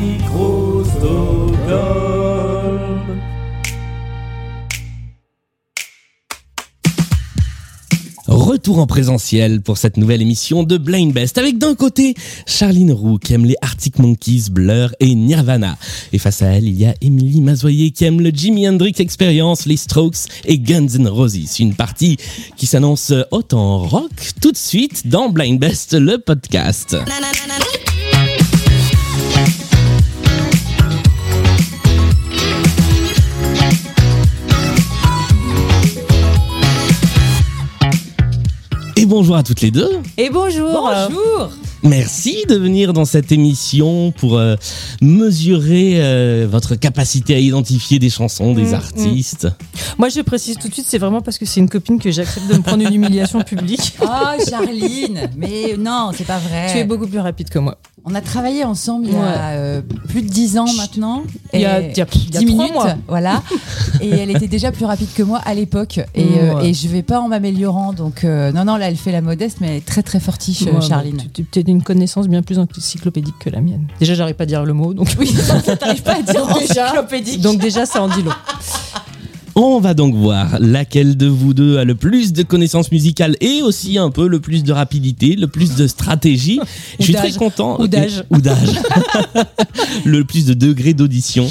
micro Stockholm. Retour en présentiel pour cette nouvelle émission de Blind Best avec d'un côté Charline Roux qui aime les Arctic Monkeys, Blur et Nirvana. Et face à elle, il y a Émilie Mazoyer qui aime le Jimi Hendrix Experience, les Strokes et Guns N' Roses. Une partie qui s'annonce haute en rock tout de suite dans Blind Best, le podcast. Et bonjour à toutes les deux. Et bonjour. Bonjour. Merci de venir dans cette émission pour euh, mesurer euh, votre capacité à identifier des chansons, des Mm, artistes. Moi, je précise tout de suite, c'est vraiment parce que c'est une copine que j'accepte de me prendre une humiliation publique. Oh, Charline Mais non, c'est pas vrai. Tu es beaucoup plus rapide que moi. On a travaillé ensemble il y a euh, plus de 10 ans Chut. maintenant. Il y a- Et il y a- il y a 10 trois minutes. mois. Voilà. Et elle était déjà plus rapide que moi à l'époque. Et, Ouais. euh, et je vais pas en m'améliorant. Donc, euh, non, non, là, elle fait la modeste, mais elle est très, très fortiche, euh, Moi, Charline. bah, Tu tu- t'es d'une connaissance bien plus encyclopédique que la mienne. Déjà, j'arrive pas à dire le mot, donc oui. T'arrives pas à dire encyclopédique. donc déjà, ça en dit long. On va donc voir laquelle de vous deux a le plus de connaissances musicales et aussi un peu le plus de rapidité, le plus de stratégie. Je suis très d'âge. content. Ou d'âge. Ou d'âge. le plus de degrés d'audition.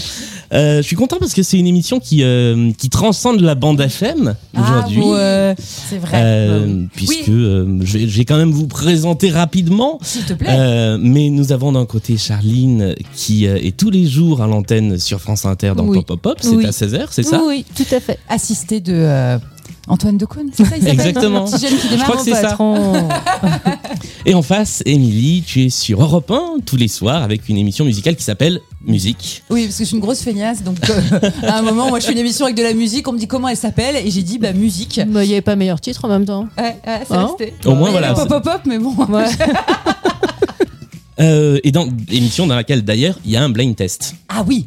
Euh, je suis content parce que c'est une émission qui, euh, qui transcende la bande FM aujourd'hui. Ah, ouais, c'est vrai. Euh, Bah oui. puisque Oui, euh, je, vais, je vais quand même vous présenter rapidement. s'il te plaît. Euh, mais nous avons d'un côté Charline qui euh, est tous les jours à l'antenne sur France Inter dans Oui. Pop Pop Pop. C'est Oui. à 16h, c'est ça Oui, tout à fait. Assisté de euh, Antoine Decaune, c'est ça il s'appelle Exactement. Le petit jeune qui Je démarre. crois que c'est Ah. ça. Patron. Et en face, Émilie, tu es sur Europe 1 tous les soirs avec une émission musicale qui s'appelle Musique. Oui, parce que je suis une grosse feignasse, donc euh, à un moment, moi, je fais une émission avec de la musique, on me dit comment elle s'appelle, et j'ai dit, bah, musique. Il n'y avait pas meilleur titre en même temps. Ouais, ouais, c'est Hein resté. Au moins, Il y voilà. avait Pop, pop, pop, mais bon. Euh, et dans l'émission dans laquelle d'ailleurs il y a un blind test. Ah oui.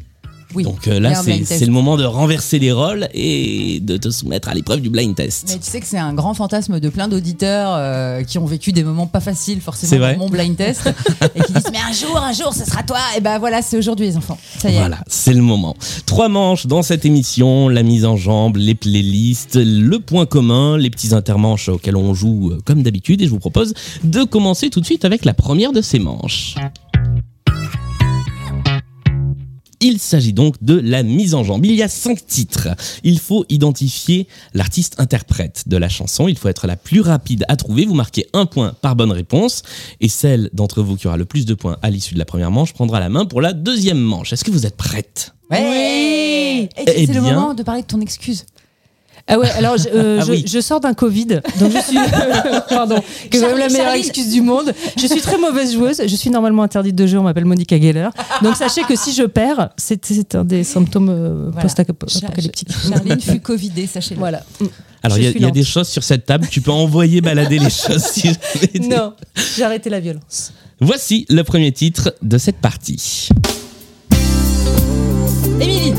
Oui. Donc euh, Il y là, a un c'est blind test. c'est le moment de renverser les rôles et de te soumettre à l'épreuve du blind Mais test. tu sais que c'est un grand fantasme de plein d'auditeurs euh, qui ont vécu des moments pas faciles C'est forcément vrai. dans mon blind test et qui disent mais un jour un jour ce sera toi et ben voilà c'est aujourd'hui les enfants ça y est Voilà, c'est le moment. Trois manches dans cette émission, la mise en jambe, les playlists, le point commun, les petits intermanches auxquels on joue euh, comme d'habitude et je vous propose de commencer tout de suite avec la première de ces manches. Il s'agit donc de la mise en jambe. Il y a cinq titres. Il faut identifier l'artiste interprète de la chanson. Il faut être la plus rapide à trouver. Vous marquez un point par bonne réponse. Et celle d'entre vous qui aura le plus de points à l'issue de la première manche prendra la main pour la deuxième manche. Est-ce que vous êtes prête Ouais. et Eh c'est le bien. moment de parler de ton excuse Ah ouais, alors je, euh, Ah je- oui. je sors d'un Covid, donc je suis. pardon, que quand même la Charline, meilleure Charline. excuse du monde. Je suis très mauvaise joueuse, je suis normalement interdite de jeu, on m'appelle Monica Geller. Donc sachez que si je perds, c'est c'est un des symptômes euh, Voilà. post-apocalyptiques. Char- Charline fut covidée sachez-le Voilà. Alors, Je il y a- suis il y, a lente. des choses sur cette table. Tu peux envoyer balader les choses si jamais t'es- Non, j'ai arrêté la violence. Voici le premier titre de cette partie. Émilie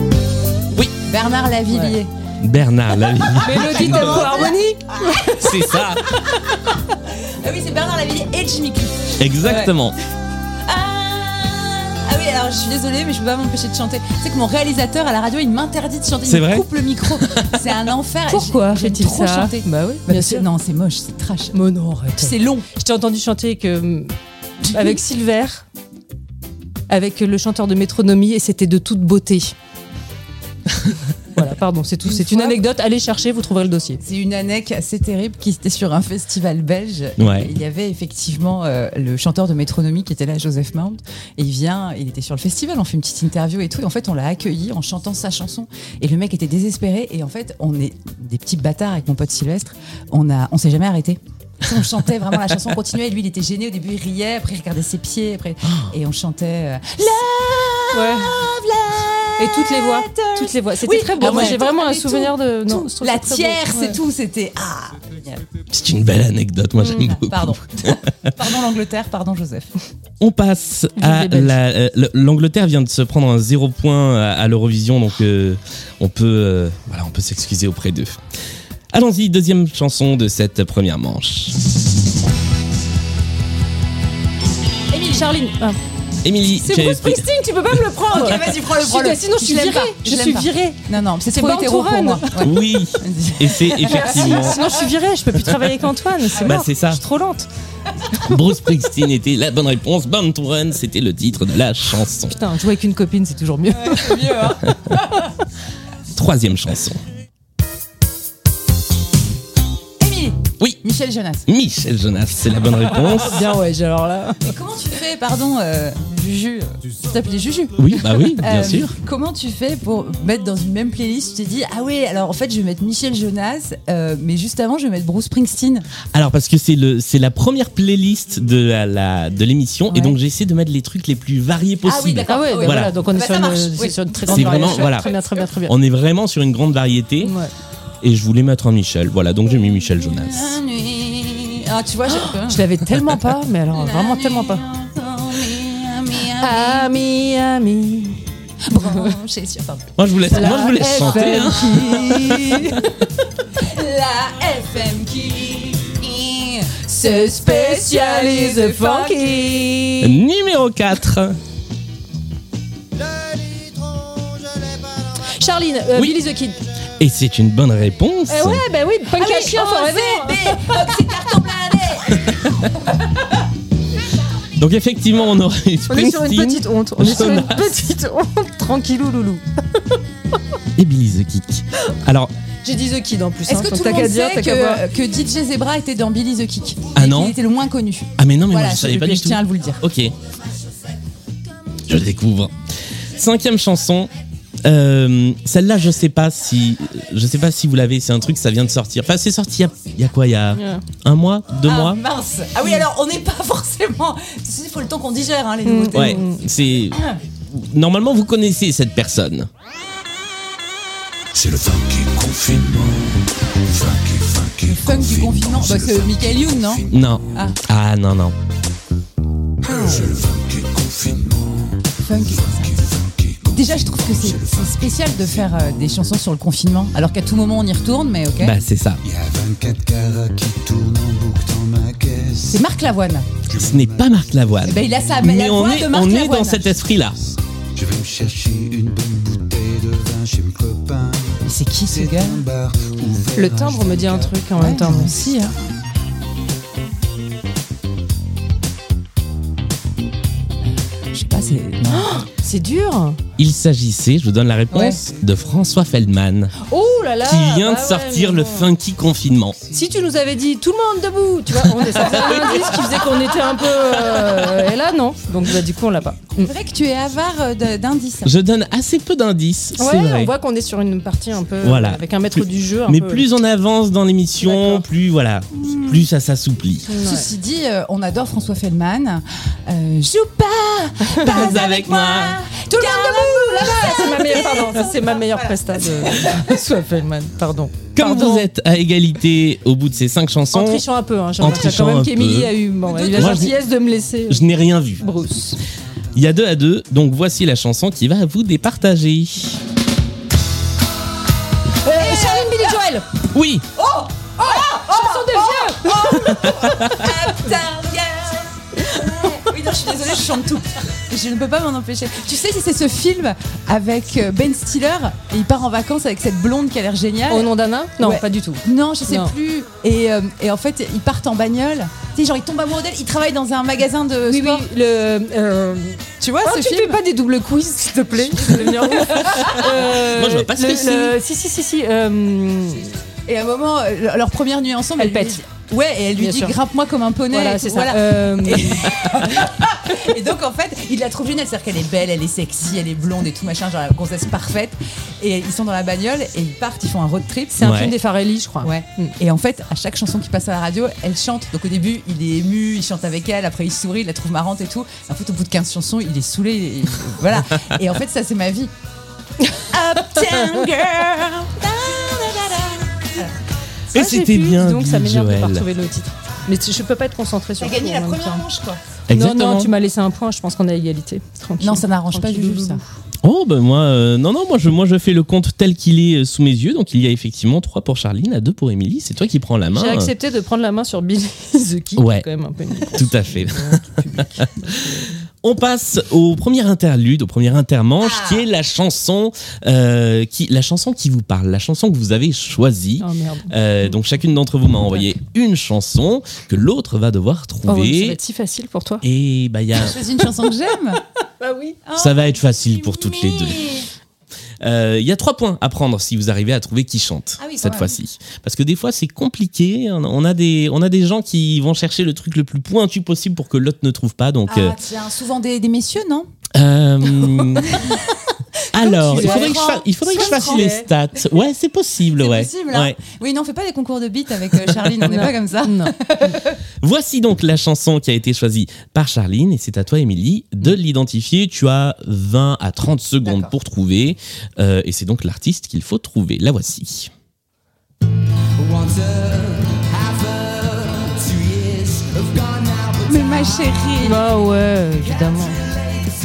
Oui. Bernard Lavillier Bernard Lavillier. Mélodie Tempo Harmonie c'est ça. Ah oui, c'est Bernard Lavillier et Jimmy Cliff. Exactement. Ah oui, alors je suis désolée, mais je peux pas m'empêcher de chanter. C'est que mon réalisateur à la radio, il m'interdit de chanter. C'est il me vrai coupe le micro. C'est un enfer. Pourquoi J'ai- j'aime fait-il trop ça chanter. Bah oui, Bah, bien parce que- sûr. Non, c'est moche, c'est trash. Mais non, arrête. C'est long. Je t'ai entendu chanter que, hum, avec Silver, avec le chanteur de Métronomie, et c'était de toute beauté. voilà, pardon, c'est tout. Une C'est une fois- anecdote. Allez chercher, vous trouverez le dossier. C'est une anecdote assez terrible qui était sur un festival belge. Ouais. Et Il y avait effectivement euh, le chanteur de Métronomie qui était là, Joseph Mount. Et il vient, il était sur le festival, on fait une petite interview et tout. Et en fait, on l'a accueilli en chantant sa chanson. Et le mec était désespéré. Et en fait, on est des petits bâtards avec mon pote Sylvestre. On a, on s'est jamais arrêté. Tu sais, On chantait vraiment la chanson continuait. Et lui, il était gêné au début, il riait. Après, il regardait ses pieds. Après, et on chantait. euh, Ouais. Et toutes les voix, Letters. toutes les voix. C'était Oui, très beau. ah Moi, ouais. j'ai vraiment un Avec tout, souvenir de Euh, non, tout, je trouve la ça très beau. tierce Ouais. et tout. C'était ah. C'est une belle anecdote. Moi, Mmh. j'aime beaucoup. Pardon. pardon l'Angleterre, pardon Joseph. On passe à les Belges. la- euh, le- l'Angleterre vient de se prendre un zéro point à, à l'Eurovision, donc euh, on peut euh, voilà, on peut s'excuser auprès d'eux. Allons-y, deuxième chanson de cette première manche. Émile, Charline, ah, Émilie, C'est tu as Bruce esprit- Springsteen, tu peux pas me le prendre. Ok, vas-y, prends-le, Je suis- prends-le. Sinon, je suis l'aime virée. pas, Je l'aime suis pas. virée. Non, non, c'est C'est trop Born to hétéro pour Run. moi. Ouais. Oui, et c'est effectivement. Sinon, je suis virée. Je peux plus travailler qu'Antoine. C'est Bah, mort. c'est ça. Je suis trop lente. Bruce Springsteen était la bonne réponse. Born to Run, c'était le titre de la chanson. Putain, jouer avec une copine, c'est toujours mieux. Ouais, c'est mieux, hein. Troisième chanson. Émilie Oui. Michel Jonas. Michel Jonas, c'est la bonne réponse. Bien, ouais, alors là. Mais comment tu fais, pardon, euh, Juju Tu t'appelais Juju Oui, bah oui, bien Euh, sûr. Comment tu fais pour mettre dans une même playlist Tu t'es dit, ah ouais, alors en fait, je vais mettre Michel Jonas, euh, mais juste avant, je vais mettre Bruce Springsteen. Alors parce que c'est le c'est la première playlist de la, la- de l'émission Ouais. et donc j'essaie de mettre les trucs les plus variés possibles. Ah ouais, bah Voilà. voilà. Donc on est Bah, ça sur, une, marche, c'est oui. sur une très C'est grande vraiment- variation. voilà. Très bien, très bien, très bien. On est vraiment sur une grande variété Ouais. et je voulais mettre un Michel. Voilà, donc j'ai mis Michel Jonas. Ah, tu vois, Ah, j'ai- Oh, Je l'avais tellement pas, mais alors vraiment tellement pas. Ah, Ami, ami. Branché sur- pardon. Moi je vous laisse, moi je vous hein. laisse La chanter. hein. FMQ. La FMQ se spécialise funky. hein. Numéro 4. Charline, euh, Oui. Billy the Kid. Et c'est une bonne réponse. Eh ouais, ben bah oui, punk Ah à chien Oh, forever. bébé, Oxycarton plané. Donc effectivement, on aurait eu Springsteen honte. on est sur une petite honte. Tranquillou, loulou. et Billy the Kick. Alors, J'ai dit The Kid en plus. Est-ce hein, que donc tout t'as le monde qu'à dire, sait t'as qu'à voir. que, que DJ Zebra était dans Billy the Kick Ah Et non qu'il était le moins connu. ah mais non mais voilà, moi je savais je, pas je du tout. tiens à vous le dire. Ok. Je découvre. Cinquième chanson. Euh, celle-là, je sais pas si, je sais pas si vous l'avez. C'est un truc, ça vient de sortir. Enfin, c'est sorti il y a- il y, a quoi Il y a Ouais. un mois, deux ah, mois. mince. Ah oui, alors on n'est pas forcément. Il faut le temps qu'on digère hein, les nouveautés. Ouais. C'est normalement vous connaissez cette personne. C'est le funky confinement. Funky, funky, Funk du confinement, bah, c'est Michael Youn, non Non. Ah. non non. C'est le funky confinement. Funk. Funky, funky, confinement. Déjà, je trouve que c'est c'est spécial de faire euh, des chansons sur le confinement, alors qu'à tout moment on y retourne, mais ok. Bah c'est ça. Il y a 24 carats qui tournent en boucle dans ma caisse. c'est Marc Lavoine. Ce n'est pas Marc Lavoine. Eh ben, il a sa mais la on voix est, de Marc on est Lavoine. dans cet esprit-là. Je vais me chercher une bonne bouteille de vin chez mes copains. Mais c'est qui ce C'est gars un bar ouvert Le timbre me dit un 24. truc en même temps. moi aussi. hein. Je sais pas, c'est. non. C'est dur. Il s'agissait, je vous donne la réponse, de François Feldman, Oh là là. qui vient bah de ouais, sortir mais le bon. funky confinement. Si tu nous avais dit tout le monde debout, tu vois. On est sorti un indice qui faisait qu'on était un peu. euh, et là, non. Donc bah, du coup, on l'a pas. C'est vrai que tu es avare euh, de- d'indices. Je donne assez peu d'indices, c'est Ouais, vrai. on voit qu'on est sur une partie un peu. Voilà. Avec un maître Plus- du jeu. un Mais peu- plus on avance dans l'émission, D'accord. plus voilà, plus ça s'assouplit. Ouais. Ceci dit, euh, on adore François Feldman. Euh, joue pas, pas avec, avec moi. moi. Tout le monde debout là-bas. Ah, C'est ma meilleure, pardon, ça, c'est ma meilleure presta de Soit Feldman, pardon. Comme Pardon. vous êtes à égalité au bout de ces cinq En chansons, trichant un peu, hein, j'ai En remarqué trichant quand un même qu'Emilie peu. a eu bon, elle a eu la Moi, je- gentillesse de me laisser. euh, je n'ai rien vu. Bruce. Il y a deux à deux, donc voici la chanson qui va vous départager. Euh, Charline Billy Joel. Oui, Chanson de vieux. Oui, non, je suis désolée, je chante tout. Je ne peux pas m'en empêcher. Tu sais si c'est ce film avec euh, Ben Stiller et il part en vacances avec cette blonde qui a l'air géniale. Au nom d'Anna Oh Non, Ah, Ouais. pas du tout. Non, je sais Non. plus. Et, euh, et en fait, ils partent en bagnole. Tu sais, genre, ils tombent amoureux d'elle. Ils travaillent dans un magasin de Oui, oui, sport. le. euh, Tu vois Ah, ce tu film fais pas des doubles quiz, s'il te plaît. Euh, Moi, je vois pas ce le- que c'est. le- Si, si, si, si. euh, Et à un moment, euh, le- leur première nuit ensemble, Elle lui pète. dit- ouais, et elle lui Bien dit sûr. grappe-moi comme un poney. et voilà, tout, c'est ça. voilà. Euh, Et donc en fait, il la trouve géniale, c'est-à-dire qu'elle est belle, elle est sexy, elle est blonde et tout machin, genre la grossesse parfaite. Et ils sont dans la bagnole et ils partent, ils font un road trip. c'est un Ouais. film des Farelli, je crois. Ouais. Mm. Et en fait, à chaque chanson qui passe à la radio, elle chante. Donc au début, il est ému, il chante avec elle, après il sourit, il la trouve marrante et tout. En fait, au bout de 15 chansons, il est saoulé. et- et- voilà. Et en fait, ça, c'est ma vie. Ah, Uptown girl. Ah, et c'était bien Donc ça Billy m'énerve de pas Joel. retrouver le titre. Mais tu- je peux pas être concentrée sur T'as tout gagné la en même première temps. manche, quoi. Exactement. Non, non, tu m'as laissé un point, je pense qu'on a égalité. Tranquille. Non, ça n'arrange pas Tranquille, Juju, ça. loulou. Oh ben moi, euh, non non, moi je moi je fais le compte tel qu'il est euh, sous mes yeux. Donc il y a effectivement trois pour Charline, à deux pour Émilie. C'est toi qui prends la main. J'ai accepté de prendre la main sur Billy The Kid, Ouais. qui est quand même un peu une Tout à fait. On passe au premier interlude, au premier intermanche, Ah. qui est la chanson, euh, qui, la chanson qui vous parle, la chanson que vous avez choisie. Oh merde. Euh, donc chacune d'entre vous m'a envoyé une chanson que l'autre va devoir Oh, ça va trouver. être si facile pour toi. Et bah y a- Choisis une chanson que j'aime. Bah oui. ça va être facile pour toutes les deux. Euh, Il y a trois points à prendre si vous arrivez à trouver qui chante Ah oui, quand cette même. fois-ci. Parce que des fois, c'est compliqué. On- On a, des, on a des gens qui vont chercher le truc le plus pointu possible pour que l'autre ne trouve pas. Donc, euh, Ah, tiens, souvent des, des messieurs, non euh, alors, tu il es faudrait, que je, franc. fa- il faudrait que je Sois fasse franc. les stats. Ouais, c'est possible. C'est ouais. possible, hein. Ouais. Oui, non, on fait pas des concours de beats avec euh, Charline, on n'est pas comme ça. Non. Voici donc la chanson qui a été choisie par Charline et c'est à toi, Émilie, de l'identifier. Tu as 20 à 30 secondes D'accord. pour trouver euh, et c'est donc l'artiste qu'il faut trouver. La voici. Mais ma chérie Bah ouais, évidemment.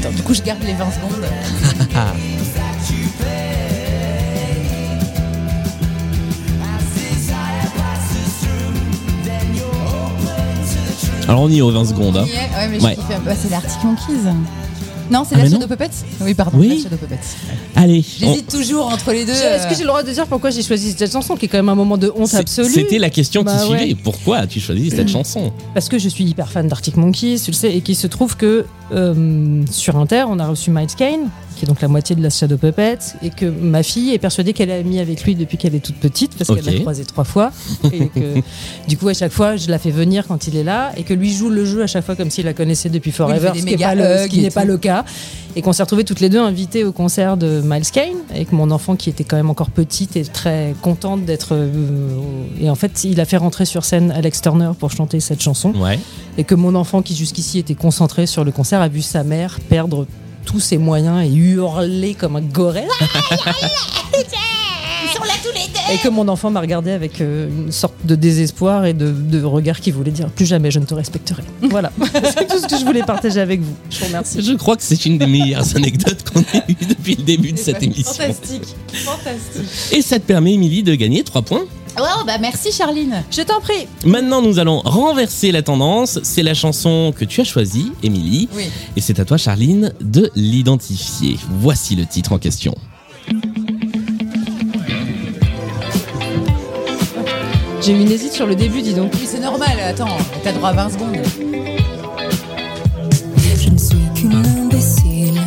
Attends, Du coup, je garde les 20 secondes. Alors on y est aux 20 secondes. hein. On y est. Ouais, mais je Ouais. kiffe un peu. Bah, c'est l'Arctic Monkeys. Non, c'est Ah, la mais non. Shadow Puppets Oui, pardon, Oui. la Shadow Puppets. Allez, on- J'hésite toujours entre les deux. euh. Je- Est-ce que j'ai le droit de dire pourquoi j'ai choisi cette chanson qui est quand même un moment de honte c'est- absolue c'était la question Bah qui ouais. suivait. Mm. Pourquoi as-tu choisi cette chanson Parce que je suis hyper fan d'Arctic Monkeys, tu le sais, et qu'il se trouve que euh, sur Inter, on a reçu Miles Kane, qui est donc la moitié de la Shadow Puppet, et que ma fille est persuadée qu'elle est amie avec lui depuis qu'elle est toute petite, parce Ok. qu'elle l'a croisé trois fois. Et que, du coup, à chaque fois, je la fais venir quand il est là, et que lui joue le jeu à chaque fois comme s'il la connaissait depuis Oui, il Forever, fait des ce qui n'est méga pas, le- ce qui hugs et n'est pas tout. le cas. Et qu'on s'est retrouvés toutes les deux invitées au concert de Miles Kane, et que mon enfant, qui était quand même encore petite, est très contente d'être. euh, et en fait, il a fait rentrer sur scène Alex Turner pour chanter cette chanson Ouais. et que mon enfant qui jusqu'ici était concentré sur le concert a vu sa mère perdre tous ses moyens et hurler comme un goré. Et que mon enfant m'a regardé avec euh, une sorte de désespoir et de, de regard qui voulait dire plus jamais je ne te respecterai. Voilà, c'est tout ce que je voulais partager avec vous. Je vous remercie. Je crois que c'est une des meilleures anecdotes qu'on ait eues depuis le début de cette émission. Fantastique, fantastique. Et ça te permet, Émilie, de gagner 3 points. Wow, bah merci Charline. Je t'en prie. Maintenant, nous allons renverser la tendance. C'est la chanson que tu as choisie, Émilie. Oui. Et c'est à toi, Charline, de l'identifier. Voici le titre en question. J'ai eu une hésite sur le début, dis donc. Oui, c'est normal, attends, t'as droit à 20 secondes. Je ne suis qu'une imbécile,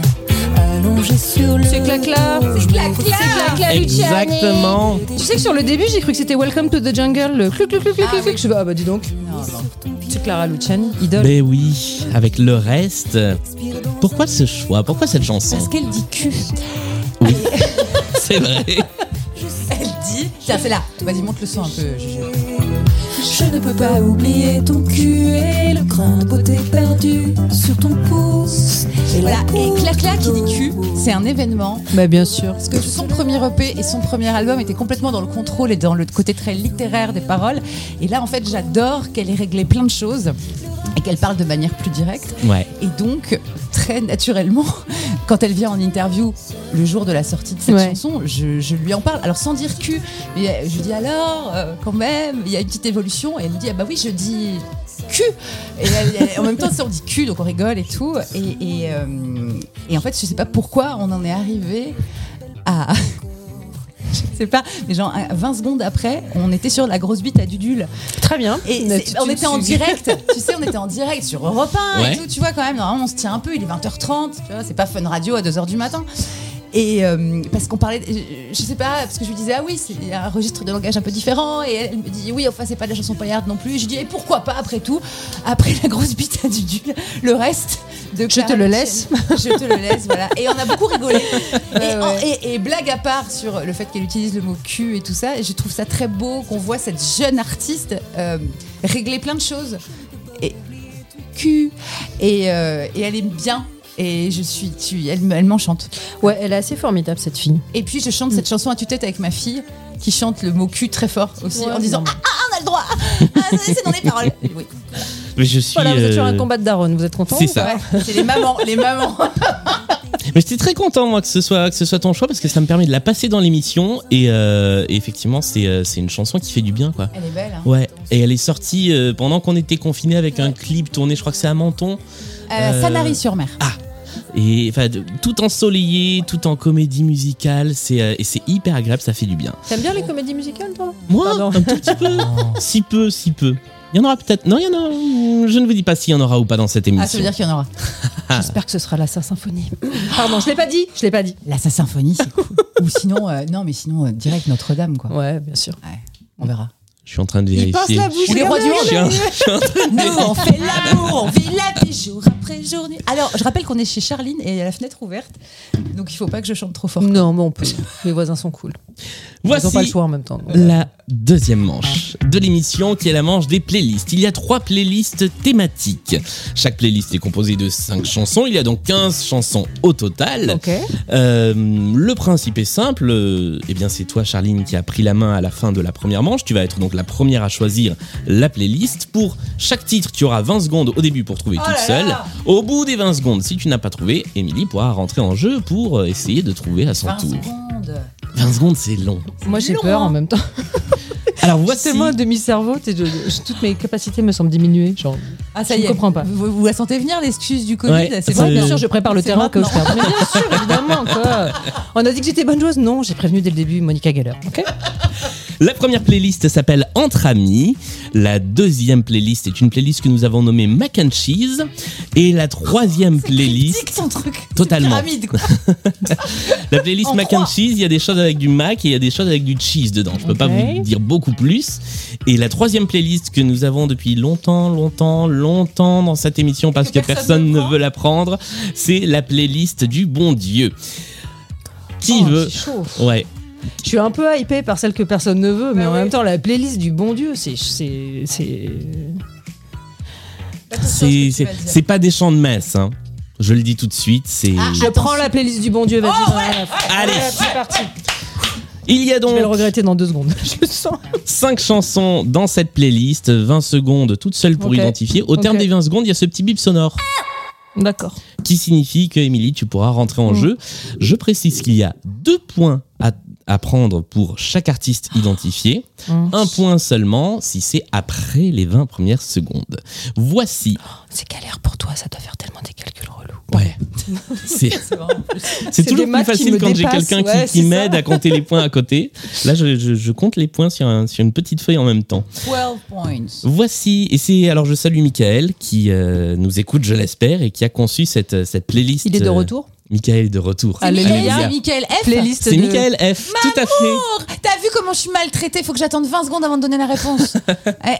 allongée sur le. C'est clacla. C'est clacla. C'est clacla Luciani. Exactement. Tu sais que sur le début, j'ai cru que c'était Welcome to the Jungle, le clou clou clou clou Ah clou. oui. Je fais, ah bah dis donc. Non, non. C'est Clara Luciani, idole. Ben oui, avec le reste. Pourquoi ce choix Pourquoi cette chanson Parce qu'elle dit cul. C'est vrai. Elle dit. Tiens, c'est là. Vas-y, monte le son un peu, Juju. Je ne peux pas oublier ton cul et le grain de beauté perdu sur ton pouce. Et Voilà, la et Claire Claire qui dit cul, poudre. c'est un événement. Bah bien sûr. Parce que son premier EP et son premier album étaient complètement dans le contrôle et dans le côté très littéraire des paroles. Et là, en fait, j'adore qu'elle ait réglé plein de choses et qu'elle parle de manière plus directe. Ouais. Et donc, très naturellement, quand elle vient en interview le jour de la sortie de cette Ouais. chanson, je, je lui en parle. Alors, sans dire cul, mais euh, je lui dis alors, euh, quand même, il y a une petite évolution. Et elle me dit, ah bah oui, je dis cul. Et elle- elle- en même temps, tu sais, on dit cul, donc on rigole et tout. Et, et, euh, et en fait, je sais pas pourquoi on en est arrivé à. Je sais pas, mais genre à 20 secondes après, on était sur la grosse bite à Dudule. Très bien. Et Une c'est- attitude on était en suivie. direct, tu sais, on était en direct sur Europe 1 Ouais. et tout, tu vois quand même, normalement on se tient un peu, il est 20h30, tu vois, c'est pas fun radio à 2h du matin. Et euh, parce qu'on parlait, je- je sais pas, parce que je lui disais, ah oui, c'est un registre de langage un peu différent, et elle, elle me dit, oui, enfin, c'est pas de la chanson paillarde non plus. Et je dis, et pourquoi pas, après tout, après la grosse bite à Dudule, le reste de Je te Clara le Luciani. laisse. Je te le laisse, voilà. Et on a beaucoup rigolé. Et, en- et- et blague à part sur le fait qu'elle utilise le mot cul et tout ça, et je trouve ça très beau qu'on voit cette jeune artiste euh, régler plein de choses. Et cul. Et, euh, et elle est bien. Et je suis, tu, elle, me- elle m'enchante. Ouais, elle est assez formidable cette fille. Et puis je chante Mm. cette chanson à tue-tête avec ma fille qui chante le mot cul très fort aussi Ouais, en disant non. ah, ah, on a le droit Ah, c'est c'est dans les paroles oui. Mais je suis. Voilà, vous êtes sur un euh, combat de Daron, vous êtes content C'est ou ça. pas Ouais, c'est les mamans les mamans Mais j'étais très content moi que ce soit que ce soit ton choix parce que ça me permet de la passer dans l'émission et, euh, et effectivement c'est euh, c'est une chanson qui fait du bien quoi. elle est belle hein. Ouais. Et elle est sortie euh, pendant qu'on était confinés avec un clip tourné je crois que c'est à Menton. Euh, Sanary-sur-Mer. Et enfin, de- tout ensoleillé, tout en comédie musicale, c'est euh, et c'est hyper agréable, ça fait du bien. T'aimes bien les comédies musicales, toi Moi, Pardon. un tout petit peu, si peu, si peu. Il y en aura peut-être. Non, il y en a. Je ne vous dis pas s'il y en aura ou pas dans cette émission. Ah, ça veut dire qu'il y en aura. Ah. J'espère que ce sera la sa symphonie. Pardon, je l'ai pas dit, je l'ai pas dit. La sa symphonie, c'est cool. Ou sinon, euh, non, mais sinon, euh, direct Notre-Dame, quoi. Ouais, bien sûr. On verra. Je suis en train de vérifier. Il pince la bouche. On est roi du Je monde. suis en- je suis en train de Nous, vérifier. on fait l'amour, on vit la vie jour après jour. nuit. Alors, je rappelle qu'on est chez Charline et il y a la fenêtre ouverte, donc il faut pas que je chante trop fort. Non, mais on peut. Les voisins sont cool. Ils ont pas le Voici choix en même temps. donc. la deuxième manche de l'émission qui est la manche des playlists. Il y a trois playlists thématiques. Chaque playlist est composée de cinq chansons. Il y a donc 15 chansons au total. Ok. Euh, le principe est simple. Euh, Eh bien, c'est toi, Charline, qui a pris la main à la fin de la première manche. Tu vas être donc la première à choisir la playlist. Pour chaque titre, tu auras 20 secondes au début pour trouver toute seule. Au bout des 20 secondes, si tu n'as pas trouvé, Émilie pourra rentrer en jeu pour euh, essayer de trouver à son 20 tour. secondes. 20 secondes, c'est long. Moi, j'ai long, peur hein. en même temps. Alors Moi, voici. c'est moi, demi-cerveau. t'es- je- je- Toutes mes capacités me semblent diminuer. Genre, Ah, ça Je y est. ne comprends pas. Vous, vous la sentez venir, l'excuse du Covid Ouais, C'est ça- vrai Ouais, bien Euh, sûr, je prépare le c'est terrain au cas où je maintenant. perds. Mais bien sûr, évidemment, quoi. On a dit que j'étais bonne joueuse. Non, j'ai prévenu dès le début Monica Geller. Ok. La première playlist s'appelle Entre amis. La deuxième playlist est une playlist que nous avons nommée Mac and Cheese. Et la troisième playlist, Tic, ton truc. Totalement. Pyramide, quoi. la playlist En Mac croix. and Cheese, il y a des choses avec du mac et il y a des choses avec du cheese dedans. Je peux pas Ok. vous dire beaucoup plus. Et la troisième playlist que nous avons depuis longtemps, longtemps, longtemps dans cette émission parce que, Que personne, personne ne ne prend. veut la prendre, c'est la playlist du bon Dieu. Qui Oh, veut c'est chaud. Ouais. Je suis un peu hypée par celle que personne ne veut, mais Bah en oui. même temps, la playlist du bon Dieu, c'est. c'est- c'est- C'est c'est- c'est pas des chants de messe. hein. Je le dis tout de suite. C'est. Ah, Je Oh, prends la playlist du bon Dieu, vas-y. j'en ai rien à foutre. Allez. c'est parti. Il y a Je donc vais le regretter dans deux secondes. Je le sens. 5 chansons dans cette playlist, 20 secondes toutes seules pour Ok. identifier. Au terme Ok. des 20 secondes, il y a ce petit bip sonore D'accord. qui signifie que Émilie, tu pourras rentrer en Mm. jeu. Je précise qu'il y a deux points à, à prendre pour chaque artiste identifié, Mm. un point seulement si c'est après les 20 premières secondes. Voici. C'est galère pour toi, ça doit faire tellement des calculs relous. Ouais. C'est c'est des toujours plus maths qui facile me quand j'ai dépassent, quelqu'un qui- ouais, qui, c'est ça. m'aide à compter les points à côté. Là, je, je- je compte les points sur, un- sur une petite feuille en même temps. 12 points. Voici, et c'est alors je salue Michael qui euh, nous écoute, je l'espère, et qui a conçu cette, cette playlist. Il est de euh, retour Michael est de retour. Ah, Alléluia. C'est Michael F. Playlist C'est de- Michael F. Tout à fait. T'as vu comment je suis maltraitée Faut que j'attende 20 secondes avant de donner la réponse.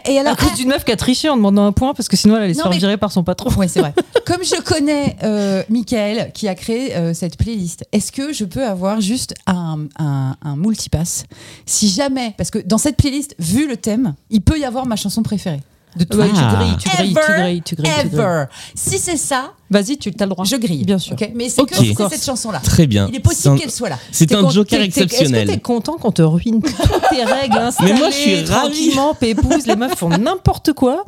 Et- Et À alors, cause d'une meuf qui a triché en demandant un point parce que sinon elle allait se Non, faire mais- virer par son patron. Oui, c'est vrai. Comme je connais euh, Michael qui a créé euh, cette playlist, est-ce que je peux avoir juste un, un, un multipass Si jamais, parce que dans cette playlist, vu le thème, il peut y avoir ma chanson préférée. De tout. Ouais, Ah. tu grilles, tu grilles, tu grilles, tu grilles, tu grilles. Ever. Si c'est ça, Vas-y, tu as le droit. je grille. Bien sûr. Ok, Mais c'est Ok. que si Of c'est course. cette chanson-là. Très bien. Il est C'est un- possible qu'elle soit là. C'est T'es un con- joker t'es- t'es- Est-ce que exceptionnel. t'es content qu'on te ruine toutes tes règles installées, Mais moi, je suis ravi. tranquillement, pépouze, les meufs font n'importe quoi.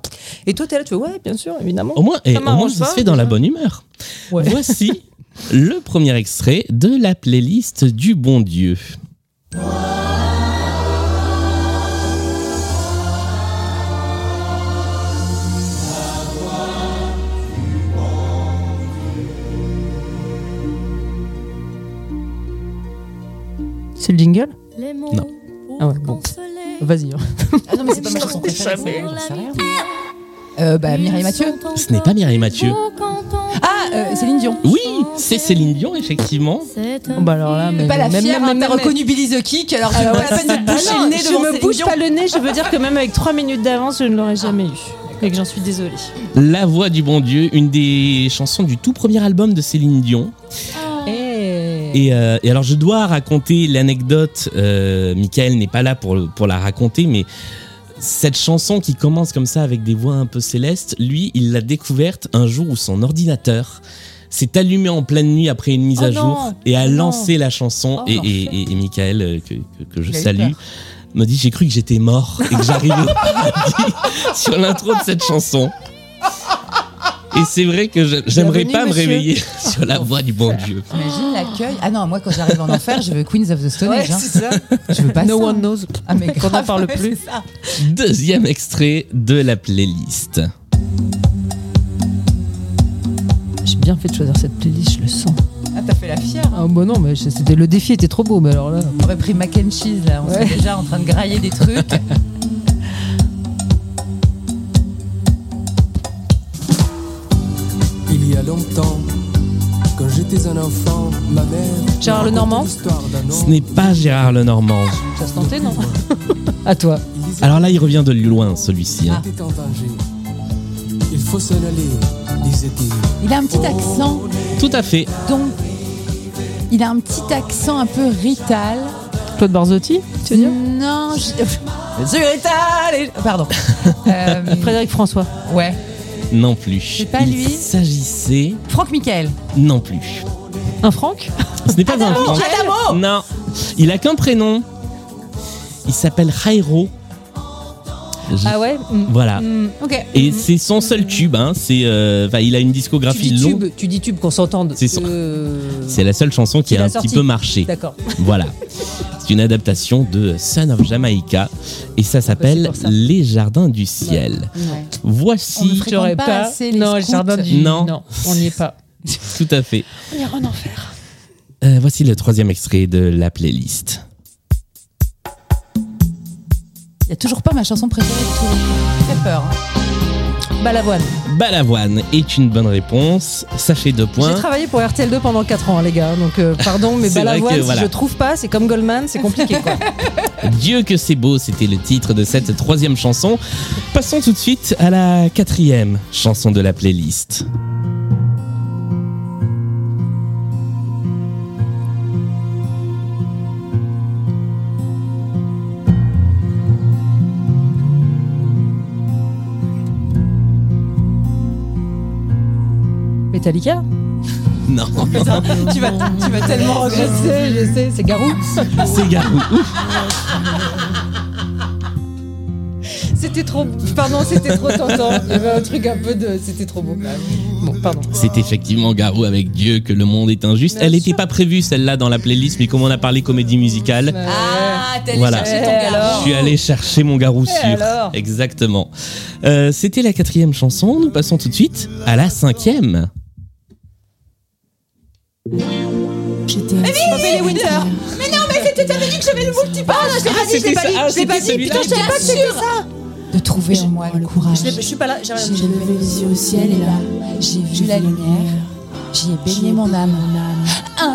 Et toi, t'es là, tu fais ouais, bien sûr, évidemment. Au moins, et Ça au moins, m'arrange ça pas, se fait dans la déjà. bonne humeur. Ouais. Voici le premier extrait de la playlist du bon Dieu. C'est le jingle Les mots Non. pour Ah ouais, bon. consoler. Vas-y. hein. Ah non, mais c'est pas ma chanson préférée. Jamais. ça, j'en sais rien. Euh, bah, Mireille Mathieu. Ce n'est pas Mireille Mathieu. Ah, euh, Céline Dion. Oui, c'est Céline Dion, effectivement. Bon, bah alors là, mais. Pas la même- fière, même- hein, t'as même- reconnu Billy the Kick, alors tu Ah n'as ouais, pas la peine de te Ah boucher non, le nez je devant me Céline bouge Dion. pas le nez, je veux dire que même avec 3 minutes d'avance, je ne l'aurais jamais eu. Et que j'en suis désolée. La voix du bon Dieu, une des chansons du tout premier album de Céline Dion. Et... Et, euh, et alors je dois raconter l'anecdote, euh, Michael n'est pas là pour, le- pour la raconter, mais cette chanson qui commence comme ça avec des voix un peu célestes, lui, il l'a découverte un jour où son ordinateur s'est allumé en pleine nuit après une mise Oh à non, jour et a non. lancé la chanson. Oh, et, et, l'enfer. et- et Michael, euh, que, que- que je Il a eu salue, me dit j'ai cru que j'étais mort et que j'arrivais au paradis sur l'intro de cette chanson. Et c'est vrai que je- j'aimerais Bienvenue, pas me monsieur. réveiller sur la voix du bon Dieu. Imagine l'accueil. Ah non, moi quand j'arrive en enfer, je veux Queens of the Stone Oh. Ouais, Age. hein. c'est ça. Je veux pas No ça. one knows. Ah mais Qu'on n'en grave, parle ouais, plus. c'est ça. Deuxième extrait de la playlist. bien fait de choisir cette playlist, je le sens. Ah, t'as fait la fière. hein. Ah bah non, mais je- c'était le défi était trop beau, mais alors là. On aurait pris mac and cheese là, on Ouais. serait déjà en train de grailler des trucs. Il y a longtemps, quand j'étais un enfant, ma mère. Gérard Lenormand Ce n'est pas Gérard Lenormand. Ça se tentait, non À toi. Alors là, il revient de loin, celui-ci. hein. Il était en danger. Il faut s'en aller, disait-il. Il a un petit accent, Tout à fait. donc. Il a un petit accent un peu rital. Claude Barzotti, tu veux dire Non, je. Monsieur rital et- Pardon. Euh, Frédéric François. ouais. Non plus. pas il lui. s'agissait Franck Michael. Oh, non plus. Un Franck Ce n'est pas un Franck. Adamo Non. Il a qu'un prénom. Il s'appelle Jairo. Je- Ah ouais mm, Voilà. mm. Ok. Et c'est son seul tube. Hein. C'est, euh, enfin, il a une tu dis, discographie longue. tube, tu dis tube qu'on s'entende. C'est son- Euh, C'est la seule chanson qui Qu'il a a un sorti. petit peu marché. D'accord. Voilà. C'est une adaptation de Son of Jamaica et ça s'appelle pour ça. Les Jardins du Ciel. Ouais. On ne Voici fréquente pas assez les non, le scouts. jardin du. Non. on n'y est pas. tout à fait. On ira en enfer. Euh, voici le troisième extrait de la playlist. Il y a toujours pas ma chanson préférée de tout. Très peur. hein. Balavoine. Balavoine est une bonne réponse. Ça fait deux J'ai points. travaillé pour RTL2 pendant 4 ans, les gars. Donc, euh, pardon, mais C'est vrai Balavoine, que, voilà. si je trouve pas, c'est comme Goldman, c'est compliqué, quoi. Dieu que c'est beau, c'était le titre de cette troisième chanson. Passons tout de suite à la quatrième chanson de la playlist. Metallica Non, Tu vas, tu vas tellement regretter. sais, je sais, c'est Garou. c'est Garou. C'était trop. Pardon, c'était trop tentant. Il y avait un truc un peu de. C'était trop beau. Bon, pardon. C'est effectivement Garou avec Dieu que le monde est injuste. Bien Elle sûr. n'était pas prévue celle-là dans la playlist, mais comme on a parlé comédie musicale, Ah, t'es allé Voilà. chercher ton Eh gars. Je suis allé chercher mon garou Et sûr. Eh alors Exactement. Euh, C'était la quatrième chanson. Nous passons tout de suite à la cinquième. J'étais Bobby Winter. je l'ai pas dit. je l'ai pas dit. Putain, je pas De trouver en moi le courage. Je suis pas là, j'ai rien. J'ai levé les yeux au ciel et là, j'ai vu la lumière. J'y ai baigné mon âme. Ah,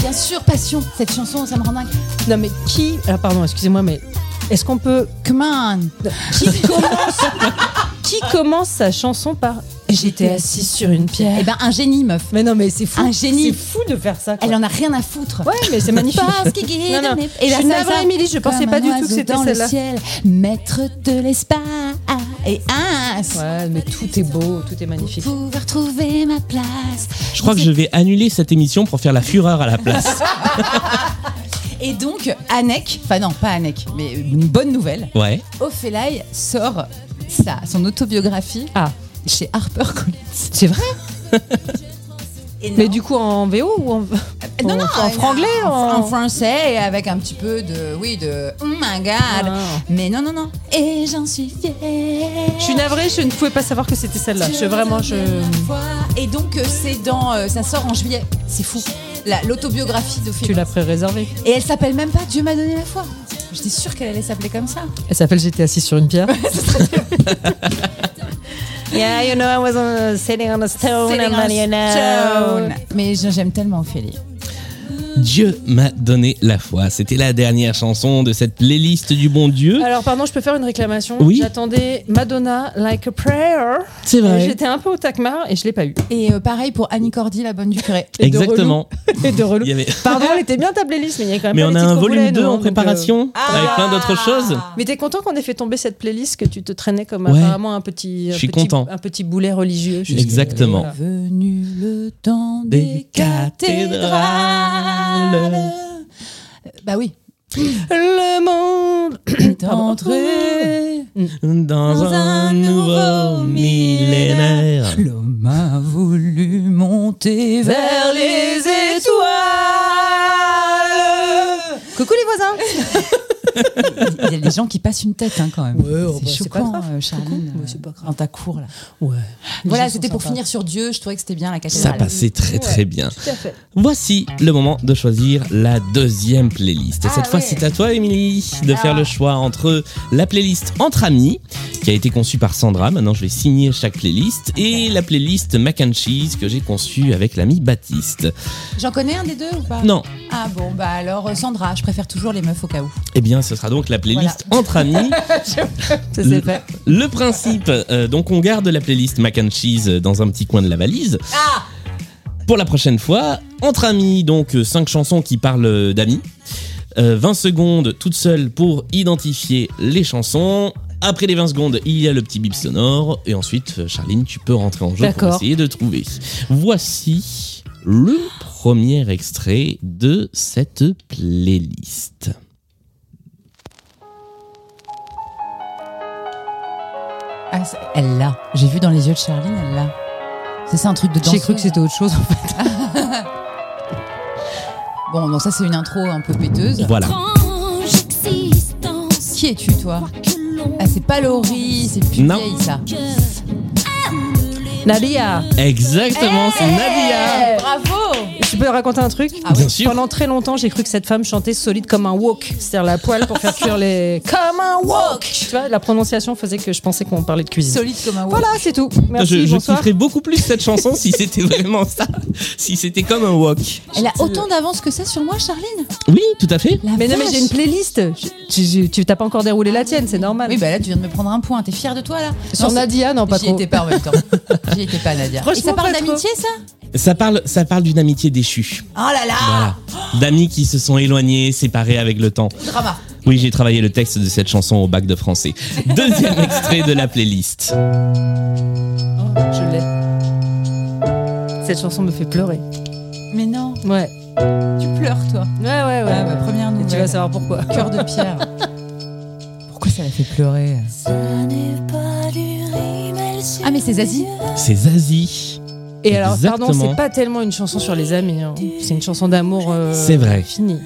bien sûr, passion. Cette chanson, ça me rend dingue. Non, mais qui. Alors, pardon, excusez-moi, mais. Est-ce qu'on peut. Come on. Qui commence. qui commence sa chanson par. Ah. J'étais assise sur une pierre. Eh ben, un génie, meuf. Mais non, mais c'est fou. Un génie. C'est fou de faire ça. quoi. Elle en a rien à foutre. Ouais, mais c'est magnifique. Parce qu'il guide Non, non. mes- Je suis ça, navrée, ça. Émilie, je Comme pensais pas un du tout que oiseau c'était dans le celle-là. ciel, Maître de l'espace et as. Ouais, mais tout est beau, tout est magnifique. Pouvoir trouver ma place. Je crois que je vais annuler cette émission pour faire la fureur à la place. Et donc, Anek, enfin non, pas Anek, mais une bonne nouvelle, Ouais. Ophélie sort ça, son autobiographie Ah. chez HarperCollins. C'est vrai Et Mais non, du coup, en VO ou en. non, non, en franglais, en, en- en français et avec un petit peu de, oui, de oh my god. Ah. Mais non, non, non. Et j'en suis fière. Je suis navrée, je ne pouvais pas savoir que c'était celle-là. Je vraiment, je. Et donc euh, c'est dans, euh, ça sort en juillet. C'est fou. La- L'autobiographie de Tu l'as pré-réservée. Et elle s'appelle même pas Dieu m'a donné la foi. J'étais sûre qu'elle allait s'appeler comme ça. Elle s'appelle J'étais assise sur une pierre. yeah, you know, I was on- sitting on a stone Sailing and on a then, you know. stone. Mais je- j'aime tellement Ophélie. Dieu m'a donné la foi. C'était la dernière chanson de cette playlist du bon Dieu. Alors, pardon, je peux faire une réclamation Oui. J'attendais Madonna, Like a Prayer. C'est Et vrai. J'étais un peu au tac-mar et je l'ai pas eu. Et euh, pareil pour Annie Cordy, la bonne du curé. Et de Exactement. relou. Et de relou. Il y avait- Pardon, elle était bien ta playlist, mais il y a quand même Mais pas on les a titres un qu'on voulait, volume 2 nous, hein, en donc, euh, préparation avec plein d'autres Ah. choses. Mais t'es content qu'on ait fait tomber cette playlist que tu te traînais comme Ouais. apparemment un petit, un Je suis petit- content. un petit boulet religieux. jusqu'à- Exactement. euh, Voilà. Venu le temps des Des cathédrales. cathédrales. Bah oui. Le monde Est Pardon. entré Dans un nouveau millénaire. L'homme a voulu monter vers les étoiles. Coucou les voisins Il y a des gens qui passent une tête hein, quand même. Ouais, oh, c'est bah, c'est pas choquant, grave. euh, Charline, Ouais, c'est pas grave. dans ta cour là. Ouais. Voilà, gens c'était sont pour sympas. finir sur Dieu. Je trouvais que c'était bien la Ça cathédrale. passait très très bien. Tout à fait. Voici le moment de choisir la deuxième playlist. Et Ah cette fois, ouais. c'est à toi, Émilie, de faire le choix entre la playlist Entre Amis, qui a été conçue par Sandra, maintenant je vais signer chaque playlist, et la playlist Mac and Cheese, que j'ai conçue avec l'ami Baptiste. J'en connais un des deux ou pas Non, Ah bon, bah alors euh, Sandra, je préfère toujours les meufs au cas où. eh bien, ce sera donc la playlist Entre Amis. Ça c'est fait. Le principe, euh, donc on garde la playlist Mac and Cheese dans un petit coin de la valise. Pour la prochaine fois, entre amis, donc 5 chansons qui parlent euh, d'amis. Euh, 20 secondes toutes seules pour identifier les chansons. Après les 20 secondes, il y a le petit bip sonore. Et ensuite, euh, Charline, tu peux rentrer en jeu pour D'accord. essayer de trouver. Voici le premier extrait de cette playlist. Ah, c'est- elle l'a. J'ai vu dans les yeux de Charline, elle l'a. C'est ça un truc de danseuse. J'ai cru que c'était autre chose en fait. Bon, donc ça c'est une intro un peu péteuse. Voilà. Étrange existence Qui es-tu toi que l'on Ah c'est pas Laurie, c'est plus Non. vieille ça. Nadia, Exactement, c'est Nadia. Bravo je peux raconter un truc Ah oui. Bien sûr. Pendant très longtemps, j'ai cru que cette femme chantait solide comme un wok, c'est-à-dire la poêle pour faire cuire les. Comme un wok Tu vois, la prononciation faisait que je pensais qu'on parlait de cuisine. Solide comme un wok. Voilà, c'est tout. Merci, je je bonsoir. kifferais beaucoup plus cette chanson si c'était vraiment ça, si c'était comme un walk. Elle a autant d'avance que ça sur moi, Charline Oui, tout à fait. La Mais non, mais vache. j'ai une playlist. Je- Tu tu- tu- t'as pas encore déroulé la tienne, c'est normal. Oui, bah là, tu viens de me prendre un point. T'es fière de toi, là Sur Non, Nadia, non, c'est- pas J'y trop. étais pas en même temps. J'y étais pas, Nadia. Et Franchement, ça parle pas trop. d'amitié, ça Ça parle, ça parle d'une amitié déchue. Oh là là Voilà. D'amis qui se sont éloignés, séparés avec le temps. Drama. Oui, j'ai travaillé le texte de cette chanson au bac de français. Deuxième extrait de la playlist. Je l'ai. Cette chanson me fait pleurer. Mais non, Ouais. tu pleures, toi. Ouais, ouais, ouais. Ah, bah, première Et nouvelle. tu vas savoir pourquoi. Cœur de pierre. Pourquoi ça la fait pleurer Ah, mais c'est Zazie C'est Zazie. Et alors, pardon, Exactement. c'est pas tellement une chanson sur les amis. hein. C'est une chanson d'amour. euh, C'est vrai. Fini.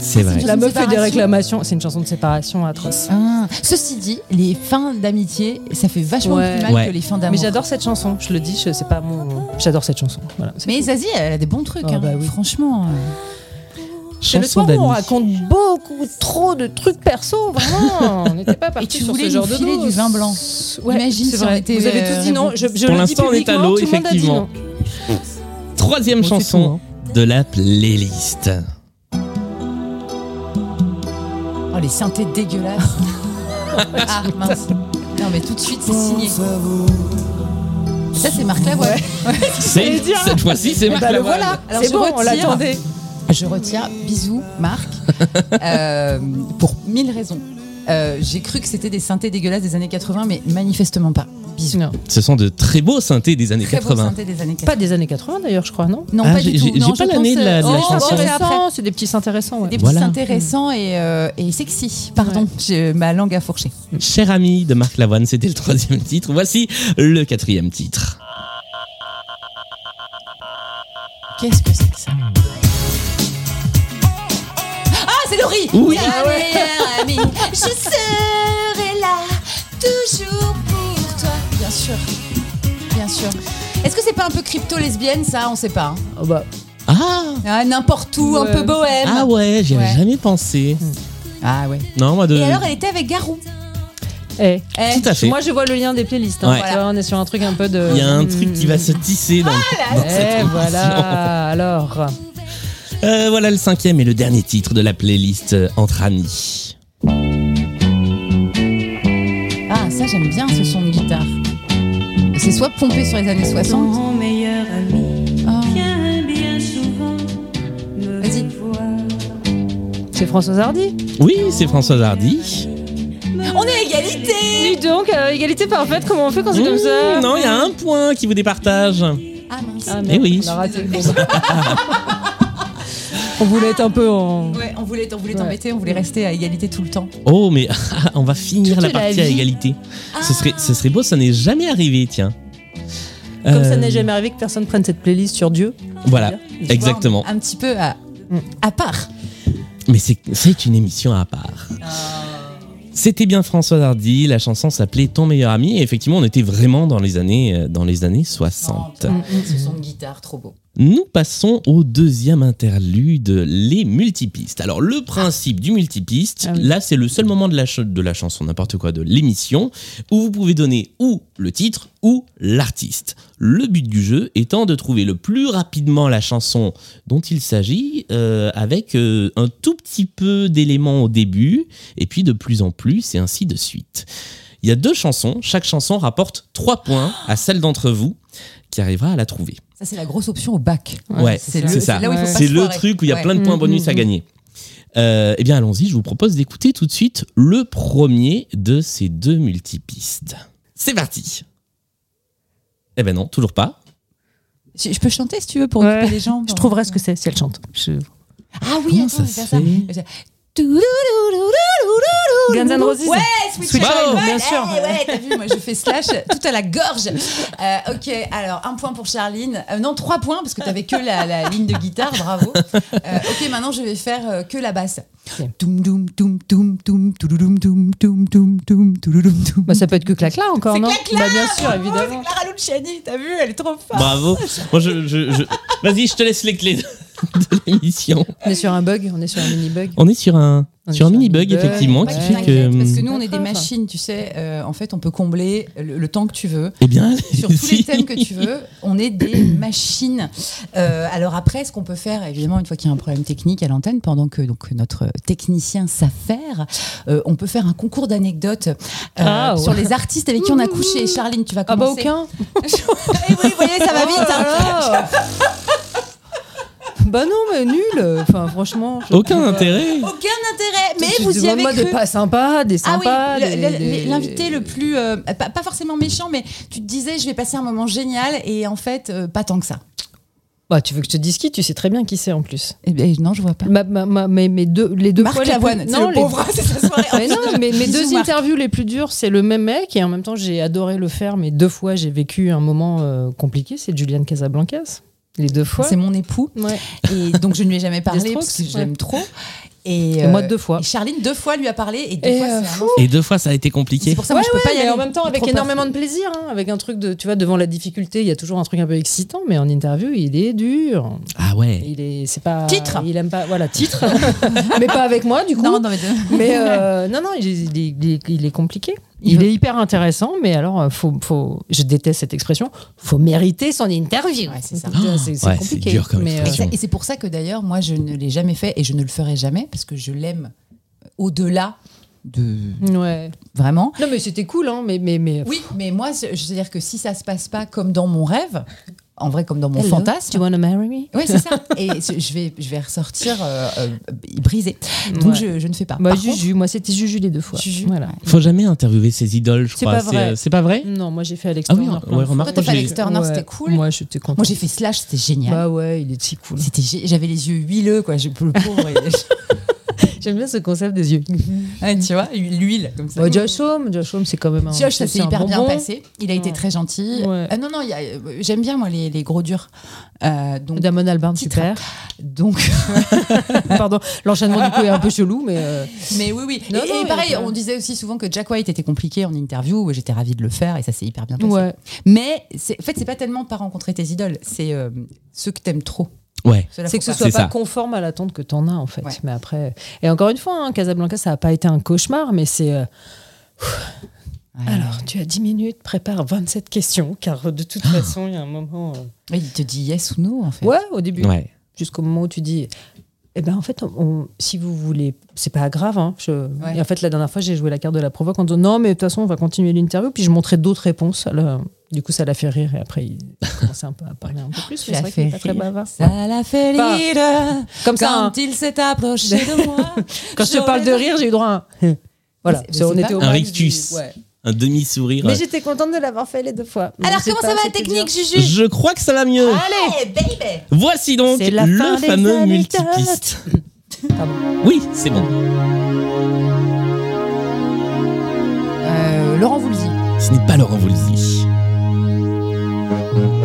C'est vrai. Chanson La de meuf fait des séparation. réclamations. C'est une chanson de séparation atroce. Ah, Ceci dit, les fins d'amitié, ça fait vachement Ouais. plus mal Ouais. que les fins d'amour. Mais j'adore cette chanson. Je le dis, je sais pas mon. J'adore cette chanson. Voilà. c'est Mais tout. Zazie, elle a des bons trucs, Ah, hein. bah oui. franchement. euh. C'est le Chanson soir où on d'amis. raconte beaucoup trop de trucs perso, vraiment. On n'était pas parti tu sur voulais ce genre nous de filer dose. du vin blanc. Ouais, Imagine c'est si on vrai. était, Vous avez euh, tous dit non. Je, je Pour le dis l'instant, on est à publiquement, l'eau, tout le monde a dit effectivement. non. Troisième Bon, c'est chanson de la playlist. Oh, les synthés dégueulasses. ah, mince. Non, mais tout de suite, c'est signé. Ça, c'est Marc Lavoie. C'est cette fois-ci, c'est Marc Bah, le Lavoine. voilà. Alors, C'est je bon, on retire. l'attendait. Je retire, bisous, Marc, Euh, pour mille raisons. Euh, J'ai cru que c'était des synthés dégueulasses des années 80, mais manifestement pas. Bisous. Non. Ce sont de très beaux synthés des années Très beaux 80. synthés des années 80. Pas des années 80 d'ailleurs, je crois, non Non, Ah, pas j'ai- du tout. j'ai- Non, j'ai je pas pense, l'année de la- de la euh, Oh, oh, chanson. c'est intéressant, après. c'est des petits intéressants. ouais. Des petits Voilà. intéressants et, euh, et sexy. Pardon, j'ai ma langue a fourché. Cher ami de Marc Lavoine, c'était le troisième titre. Voici le quatrième titre. Qu'est-ce que c'est que ça Ah, c'est Laurie Oui. Ah ouais. Je serai là toujours pour toi. Bien sûr, bien sûr. Est-ce que c'est pas un peu crypto-lesbienne, ça On sait pas. hein. Oh, bah, Ah Ah, N'importe où, un Ouais. peu bohème. Ah ouais, j'y avais Ouais. jamais pensé. Hmm. Ah ouais. Non, moi de. Et alors, elle était avec Garou. eh. Eh, Tout à fait. Moi, je vois le lien des playlists. hein. Ouais. Tu vois, on est sur un truc un peu de. Hmm. Il y a un truc qui va se tisser dans, dans cette Eh émission. voilà, alors. Euh, voilà le cinquième et le dernier titre de la playlist euh, Entre Amis. Ah, ça, j'aime bien ce son de guitare. C'est soit pompé sur les années 60. Mon meilleur ami, Ah. bien, bien souvent, me Vas-y. revoit. C'est Françoise Hardy. Oui, c'est Françoise Hardy. On est à égalité Dis donc, euh, égalité parfaite, comment on fait quand c'est comme Mmh, ça non, il y a un point qui vous départage. Ah mince. Ah, Eh merde, oui. on a raté. Bon, bah. on voulait être un peu en. Ouais, on voulait on voulait Ouais. t'embêter, on voulait rester à égalité tout le temps. Oh, mais on va finir Toute la la partie à vie. égalité. Ce, serait, ce serait beau, ça n'est jamais arrivé, tiens. Comme Euh, ça n'est jamais arrivé que personne prenne cette playlist sur Dieu. Voilà, Je Mm. exactement. Un petit peu à, à part. Mais c'est c'est une émission à part. C'était bien Françoise Hardy, la chanson s'appelait Ton meilleur ami et effectivement on était vraiment dans les années, euh, dans les années 60. Mm, Ce son de guitare, trop beau. Nous passons au deuxième interlude, les multipistes. Alors le principe du multipiste, Ah oui. là c'est le seul moment de la, ch- de la chanson, n'importe quoi, de l'émission, où vous pouvez donner ou le titre ou l'artiste. Le but du jeu étant de trouver le plus rapidement la chanson dont il s'agit, euh, avec euh, un tout petit peu d'éléments au début, et puis de plus en plus, et ainsi de suite. Il y a deux chansons, chaque chanson rapporte trois points à celle d'entre vous qui arrivera à la trouver. Ça, c'est la grosse option au bac. Ouais, c'est c'est le- ça. c'est là où il faut pas C'est se le foirer. truc où il y a Ouais. plein de points Mm, bonus mm, à mm. gagner. Euh, eh bien, allons-y, je vous propose d'écouter tout de suite le premier de ces deux multipistes. C'est parti Eh ben non, toujours pas. Je, je peux chanter si tu veux pour Ouais. occuper les gens. Je trouverai ce que c'est si elle chante. Je- Ah oui, Comment attends, ça c'est se fait ça. Touloulouloulouloulou. Guns N' Roses. Ouais, Sweet, Sweet Child, Child, ouais, bien ouais, sûr. Ouais, t'as vu, moi je fais slash tout à la gorge. Euh, ok, alors un point pour Charline. Euh, non, trois points parce que t'avais que la, la ligne de guitare, bravo. Euh, ok, maintenant je vais faire euh, que la basse. Ok. Toum, toum, toum, toum, toum, toulouloum, toum, toum, toum, toum, toulouloum, toum. Bah, ça peut être que Clacla encore, C'est non Clacla, Bah, Bien sûr, bravo, évidemment. Oh, c'est Clara Luciani, t'as vu, elle est trop forte. Bravo. Moi, je, je- je- Vas-y, je te laisse les clés de, de l'émission. On est sur un bug, on est sur un mini bug. On est sur un, On est sur un sur un mini-bug, mini-bug. effectivement, Ouais, qui ouais. fait T'inquiète, Parce que que... hum, nous, on est des D'accord. machines, tu sais. euh, en fait, on peut combler le, le temps que tu veux. Eh bien, Sur tous les allez-y. thèmes que tu veux, on est des machines. Euh, alors après, ce qu'on peut faire, évidemment, une fois qu'il y a un problème technique à l'antenne, pendant que donc, notre technicien s'affaire, euh, on peut faire un concours d'anecdotes euh, Ah, ouais. sur les artistes avec qui on a couché. Charline, tu vas Ah bah commencer. aucun Oh, Eh oui, vous voyez, ça va vite. hein. Bah non, mais nul Enfin, franchement... je- Aucun intérêt. Aucun intérêt, mais Tu te vous y demandes avez moi cru. des pas sympas, des Ah sympas... oui, le- des- le- des- l'invité le plus, euh, pas, pas forcément méchant, mais tu te disais, je vais passer un moment génial, et en fait, euh, pas tant que ça. Bah, tu veux que je te dise qui Tu sais très bien qui c'est, en plus. Eh bien, non, je vois pas. Ma, ma- ma- mes, mes deux, les deux fois Marc les plus- Lavoine, c'est non, le les- pauvre, hein, c'est sa soirée. Mais non, mais mes Bisous, deux Marc. interviews les plus dures, c'est le même mec et en même temps j'ai adoré le faire, mais deux fois j'ai vécu un moment euh, compliqué, c'est Julian Casablancas. Les deux fois. C'est mon époux. Ouais. Et donc, je ne lui ai jamais parlé Des parce que Strokes, je l'aime ouais. trop. Et, euh, Et moi, deux fois. Et Charline, deux fois, lui a parlé. Et deux Et, fois, euh, c'est vraiment- Et deux fois, ça a été C'est compliqué. pour ça que je peux pas y mais aller. en même temps J'ai avec trop peur. énormément de plaisir, hein, avec un truc de, tu vois, devant la difficulté, il y a toujours un truc un peu excitant, mais en interview il est dur. Ah ouais. Il est, c'est pas. Titre. Il aime pas, voilà titre, mais pas avec moi du coup. Non, non, mais de- Mais euh, non, non, il est, il est- il est- il est compliqué. Il Il, veut- est hyper intéressant, mais alors, euh, faut, faut, je déteste cette expression, faut mériter son interview. Ouais, c'est ça. C'est c'est Ouais, c'est compliqué. dur comme mais, Et ça- expression. Et c'est pour ça que d'ailleurs, moi, je ne l'ai jamais fait et je ne le ferai jamais parce que je l'aime au-delà de. euh, ouais. Vraiment. Non, mais c'était cool, hein, mais, mais, mais Oui, mais moi, c'est- je veux dire que si ça se passe pas comme dans mon rêve, en vrai, comme dans mon Hello, fantasme. Do you wanna marry me Oui, c'est ça. Et je je vais, je vais ressortir euh, euh, brisée. Donc, Ouais. je, je ne fais pas. Bah, Par contre, Juju, moi c'était Juju les deux fois. Juju, Voilà. ouais. Faut jamais interviewer ses idoles, je C'est crois. pas vrai. euh, C'est pas vrai Non, moi j'ai fait Alex Ah oui, Turner. ouais, plein de fois. remarque, Toi, t'as fait Alex Turner, Ouais. c'était cool. Moi j'étais contente. Moi, j'ai fait Slash, c'était génial. Bah ouais, il est si cool. C'était gé- J'avais les yeux huileux, quoi. Je, le pauvre, il- J'aime bien ce concept des yeux. Ouais, tu vois, l'huile, comme ça. Ouais, Josh Homme, Josh Homme, c'est quand même un. Josh, ça s'est c'est un hyper bien bonbon. passé. Il a été Ouais. très gentil. Ouais. Ah non, non, il y a- euh, j'aime bien, moi, les, les gros durs. Euh, donc, Damon Albarn, Titre. super. donc, Pardon, l'enchaînement du coup est un peu chelou, mais euh, mais oui, oui. Non, et, non, et il pareil, était- on disait aussi souvent que Jack White était compliqué en interview. J'étais ravie de le faire et ça s'est hyper bien passé. ouais. Mais c'est- en fait, c'est pas tellement pas rencontrer tes idoles, c'est euh, ceux que t'aimes trop. Ouais. Ceux-là, C'est que faut pas. ce soit C'est pas ça. conforme à l'attente que t'en as en fait. Ouais. Mais après, et encore une fois, hein, Casablanca, ça n'a pas été un cauchemar, mais c'est euh, Ouais. alors tu as 10 minutes, prépare 27 questions, car euh, de toute façon, il y a un moment. euh, Ouais, il te dit yes ou no, en fait. Ah. Ouais, au début, Ouais. jusqu'au moment où tu dis. Eh ben en fait, on- on- si vous voulez, c'est pas grave. hein, je- Et en fait, la dernière fois, j'ai joué la carte de la provoque en disant non, mais de toute façon, on va continuer l'interview. Puis je montrais d'autres réponses. Alors, du coup, ça l'a fait rire. Et après, il commençait un peu à parler un peu plus. Tu l'as mais c'est vrai qu'il fait est pas très rire. bavard. Ça l'a fait Pas- rire Comme ça, hein. quand il s'est approché de moi. Quand je te parle de rire, j'ai eu droit à un. Voilà, Mais c'est- mais on c'est était pas- au Un max rictus. du- ouais. Un demi-sourire. Mais j'étais contente de l'avoir fait les deux fois. Mais Alors, c'est comment pas- ça va la c'était technique, Juju dur. Je crois que ça va mieux. Allez, baby Voici donc C'est la le fin des fameux anecdotes. multipiste. Pardon. Oui, c'est bon. euh, Laurent Voulzy. Ce n'est pas Laurent Voulzy. Euh,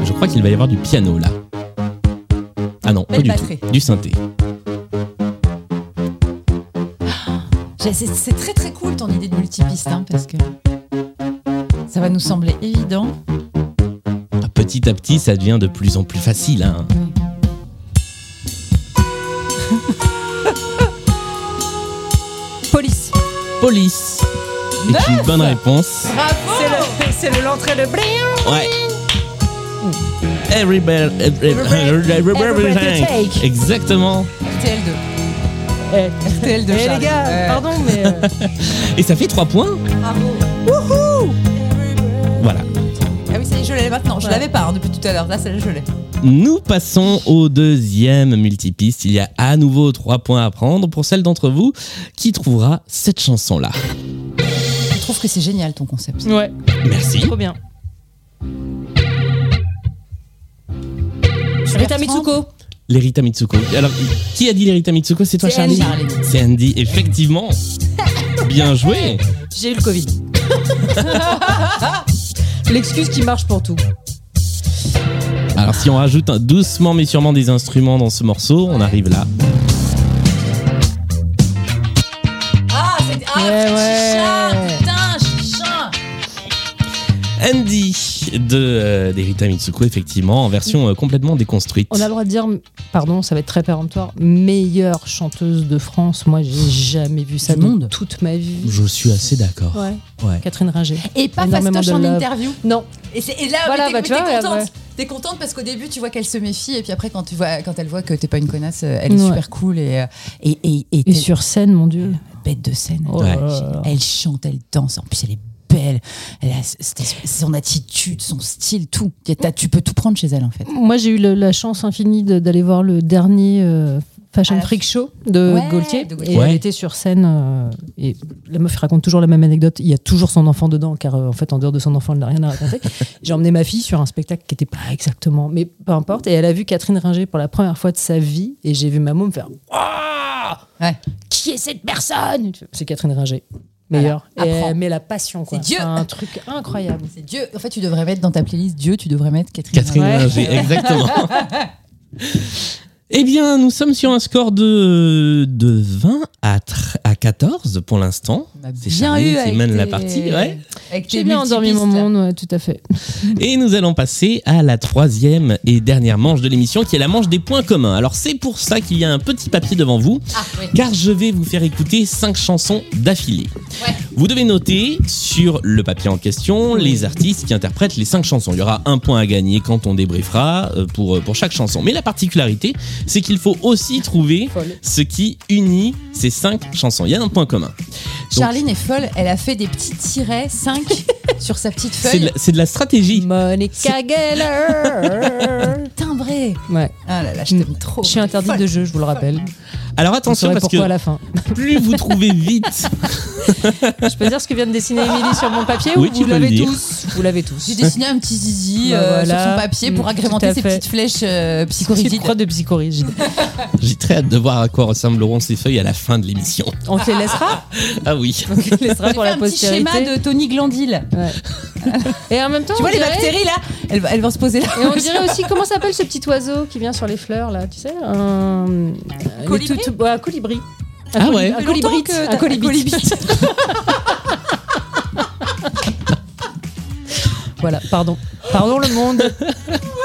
Euh, crois qu'il va y avoir du piano là. Ah non, pas Belle du batterie. tout. Du synthé. J'ai- C'est c'est très très cool ton idée de multipiste, hein, parce que ça va nous sembler évident. Ah, Petit à petit, ça devient de plus en plus facile. hein. Police. Police est une bonne réponse. C'est le- l'entrée de Blink. Ouais. Every bell, every, every, breath you everything. take. Exactement. RTL2. Eh, RTL2. eh, les Charles. gars, Euh, pardon, mais. euh, Et ça fait 3 points. Bravo. Voilà. Ah oui, ça y est, je l'ai maintenant. Je Ouais. l'avais pas hein, depuis tout à l'heure. Là, celle-là, je l'ai. Nous passons au deuxième multipiste. Il y a à nouveau 3 points à prendre pour celle d'entre vous qui trouvera cette chanson-là. Je trouve que c'est génial ton concept. Ouais, Merci. trop bien. Rita Mitsuko. Lerita Mitsuko. Alors, qui a dit Lerita Mitsuko C'est toi, C'est Charlie Andy. C'est Andy, effectivement. Bien joué. J'ai eu le Covid. L'excuse qui marche pour tout. Alors, si on rajoute un- doucement mais sûrement des instruments dans ce morceau, on arrive là. Ah, c'est. Ah, Ouais, petit ouais. chat, Putain, chichin Andy de euh, d'Erita Mitsuko, effectivement, en version euh, complètement déconstruite. On a le droit de dire, pardon, ça va être très péremptoire, meilleure chanteuse de France. Moi, j'ai jamais vu ça Du de monde. toute ma vie. Je suis assez d'accord. Ouais. Ouais. Catherine Ringer. Et pas Énormément fastoche de en love. interview. Non, Et, c'est- et là, Voilà, mais t'es mais bah, tu t'es vois, ouais, contente. ouais. T'es contente parce qu'au début, tu vois qu'elle se méfie, et puis après, quand, tu vois, quand elle voit que t'es pas une connasse, euh, elle est Ouais. super cool et, euh, et, et, et et t'es sur scène, mon Dieu. bête de scène. Oh Ouais. là là. Elle chante, elle danse, en plus, elle est belle. Elle a c- cette- son attitude, son style, tout. Et t'as- Tu peux tout prendre chez elle, en fait. Moi, j'ai eu le- la chance infinie de- d'aller voir le dernier euh, Fashion Ah, la- Freak Show de Ouais, Gaultier. de Gaultier. Et Ouais. elle était sur scène. euh, et la meuf raconte toujours la même anecdote. Il y a toujours son enfant dedans, car euh, en fait, en dehors de son enfant, elle n'a rien à raconter. j'ai emmené ma fille sur un spectacle qui n'était pas exactement, mais peu importe. Et elle a vu Catherine Ringer pour la première fois de sa vie. Et j'ai vu ma môme faire Waouh Ouais. Qui est cette personne C'est Catherine Ringer. Meilleure. Voilà, Et apprends. elle met la passion, quoi. C'est Dieu. un truc incroyable. C'est Dieu. En fait, tu devrais mettre dans ta playlist Dieu, tu devrais mettre Catherine. Catherine Ouais. Ringer, exactement. Eh bien, nous sommes sur un score de, de 20 à, tr- à 14 pour l'instant. On a C'est Charline qui mène la partie, ouais. avec tes J'ai bien endormi mon multipistes, là. monde, ouais, tout à fait. Et nous allons passer à la troisième et dernière manche de l'émission, qui est la manche des points communs. Alors, c'est pour ça qu'il y a un petit papier devant vous, Ah, oui. car je vais vous faire écouter cinq chansons d'affilée. Ouais. Vous devez noter sur le papier en question les artistes qui interprètent les cinq chansons. Il y aura un point à gagner quand on débriefera euh, pour, pour chaque chanson. Mais la particularité, c'est qu'il faut aussi trouver Folle. ce qui unit ces cinq chansons. Il y a un point commun. Charline est folle, elle a fait des petits tirets 5 sur sa petite C'est de, feuille. la- c'est de la Mm. stratégie. Monica Geller Timbré. Ouais, Ah là là, je t'aime trop. je suis interdite de jeu, je vous le rappelle. Alors Vous attention saurez parce pourquoi à que la fin. plus vous trouvez vite, Je peux dire ce que vient de dessiner Émilie sur mon papier Oui, ou tu vous peux le l'avez dire. tous Vous l'avez tous. J'ai dessiné un petit zizi Bah euh, sur voilà. son papier pour Mm, agrémenter tout à ses fait. petites flèches euh, Petite psychorigide. croix de psychorigide. j'ai très hâte de voir à quoi ressembleront ces feuilles à la fin de l'émission. On te les laissera Ah oui. On te les laissera J'ai pour fait la un petit postérité. schéma de Tony Glandil. Ouais. Et en même temps, Tu on vois les dirait- bactéries là elles, va- elles vont se poser là. Et on dirait aussi, comment s'appelle ce petit oiseau qui vient sur les fleurs, là Tu sais Un. les Colibri toutes- ouais, Un colibri. Un Ah coli- ouais. Un Ça fait longtemps colibri. que t'as- Un colibri. Voilà, pardon. Pardon le monde,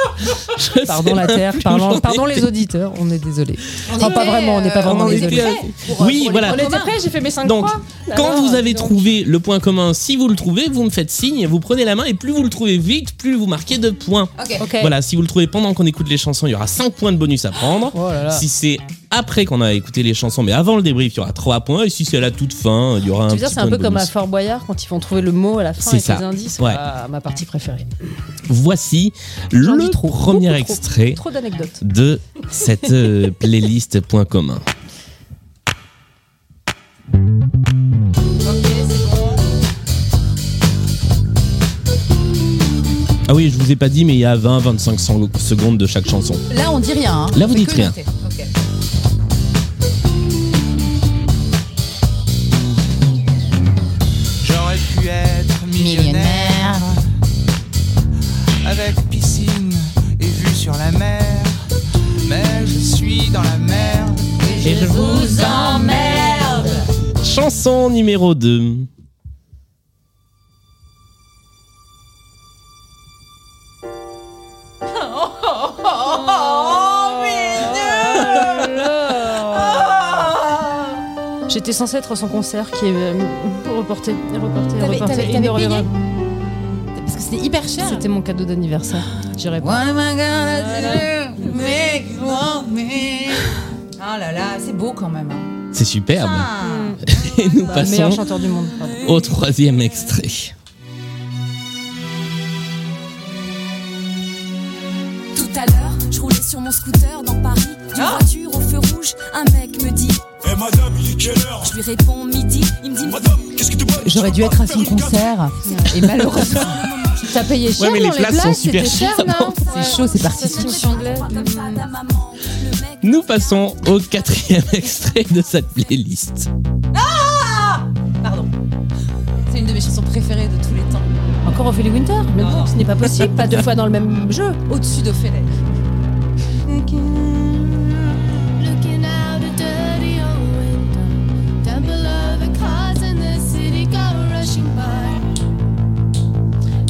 pardon la terre, pardon, pardon les auditeurs, on est désolé. On Enfin, pas était, vraiment, on n'est pas euh, vraiment on était désolé. prêts pour, euh, Oui, pour les voilà. points communs. j'ai fait mes Ah 5 Donc, Quand vous avez trouvé le point commun, si vous le trouvez, vous me faites signe, vous prenez la main et plus vous le trouvez vite, plus vous marquez de points. Ok. Ok. Voilà, si vous le trouvez pendant qu'on écoute les chansons, il y aura 5 points de bonus à prendre. Oh là là. Si c'est après qu'on a écouté les chansons, mais avant le débrief, il y aura 3 points. Et si c'est à la toute fin, il y aura un Tu petit veux dire, c'est point un peu de comme à bonus. Fort Boyard quand ils vont trouver le mot à la fin C'est avec ça. les indices. Ouais. Ah, ma partie préférée. Voici J'en le dis trop, premier beaucoup trop. extrait Trop d'anecdotes. de cette euh, playlist point commun. Ah oui, je vous ai pas dit, mais il y a 20-25 secondes de chaque chanson. Là on dit rien. hein. Là, On vous fait dites que rien. noter. Ok. J'aurais pu être millionnaire Millionnaire. avec piscine Chanson numéro 2. J'étais censée être à son concert qui est euh, reporté, reporté, T'avais- reporté. t'avais- Il t'avais ne reviendra payé pas. Parce que c'était hyper cher. C'était mon cadeau d'anniversaire. J'irai pas. What am I gonna do? Make you want me. Ah là là, c'est beau quand même. hein. C'est superbe. Ah. Mm. Et nous Le meilleur passons chanteur du monde. pardon. au troisième extrait. Tout à l'heure, je roulais sur mon scooter dans Paris, d'une voiture au feu rouge, un mec me dit Ah. Eh madame, il est quelle heure Je lui réponds midi, il me dit Madame, qu'est-ce que tu bois Hmm. J'aurais dû être à son concert et malheureusement, T'as payé cher Ouais, mais les dans les places sont places, super c'était cher, chères. non c'est chaud, c'est parti. C'est une chandelée. Nous passons au quatrième extrait de cette playlist. C'est une de mes chansons préférées de tous les temps. Encore Ophélie Winter Mais Non. bon, ce n'est pas possible, pas deux fois dans le même jeu. Au-dessus d'Ophélie. Looking out a dirty old window. Down below the cars in the city go rushing by.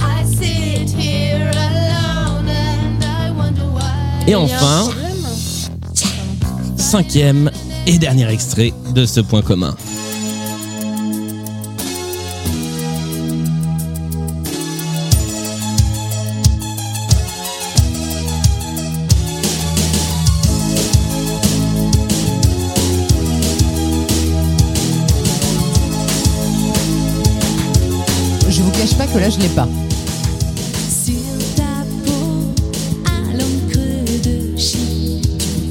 I sit here alone and I wonder why. Et enfin, cinquième et dernier extrait de ce point commun. Je vous cache pas que là, je l'ai pas. Sur ta peau, à l'encre de chi,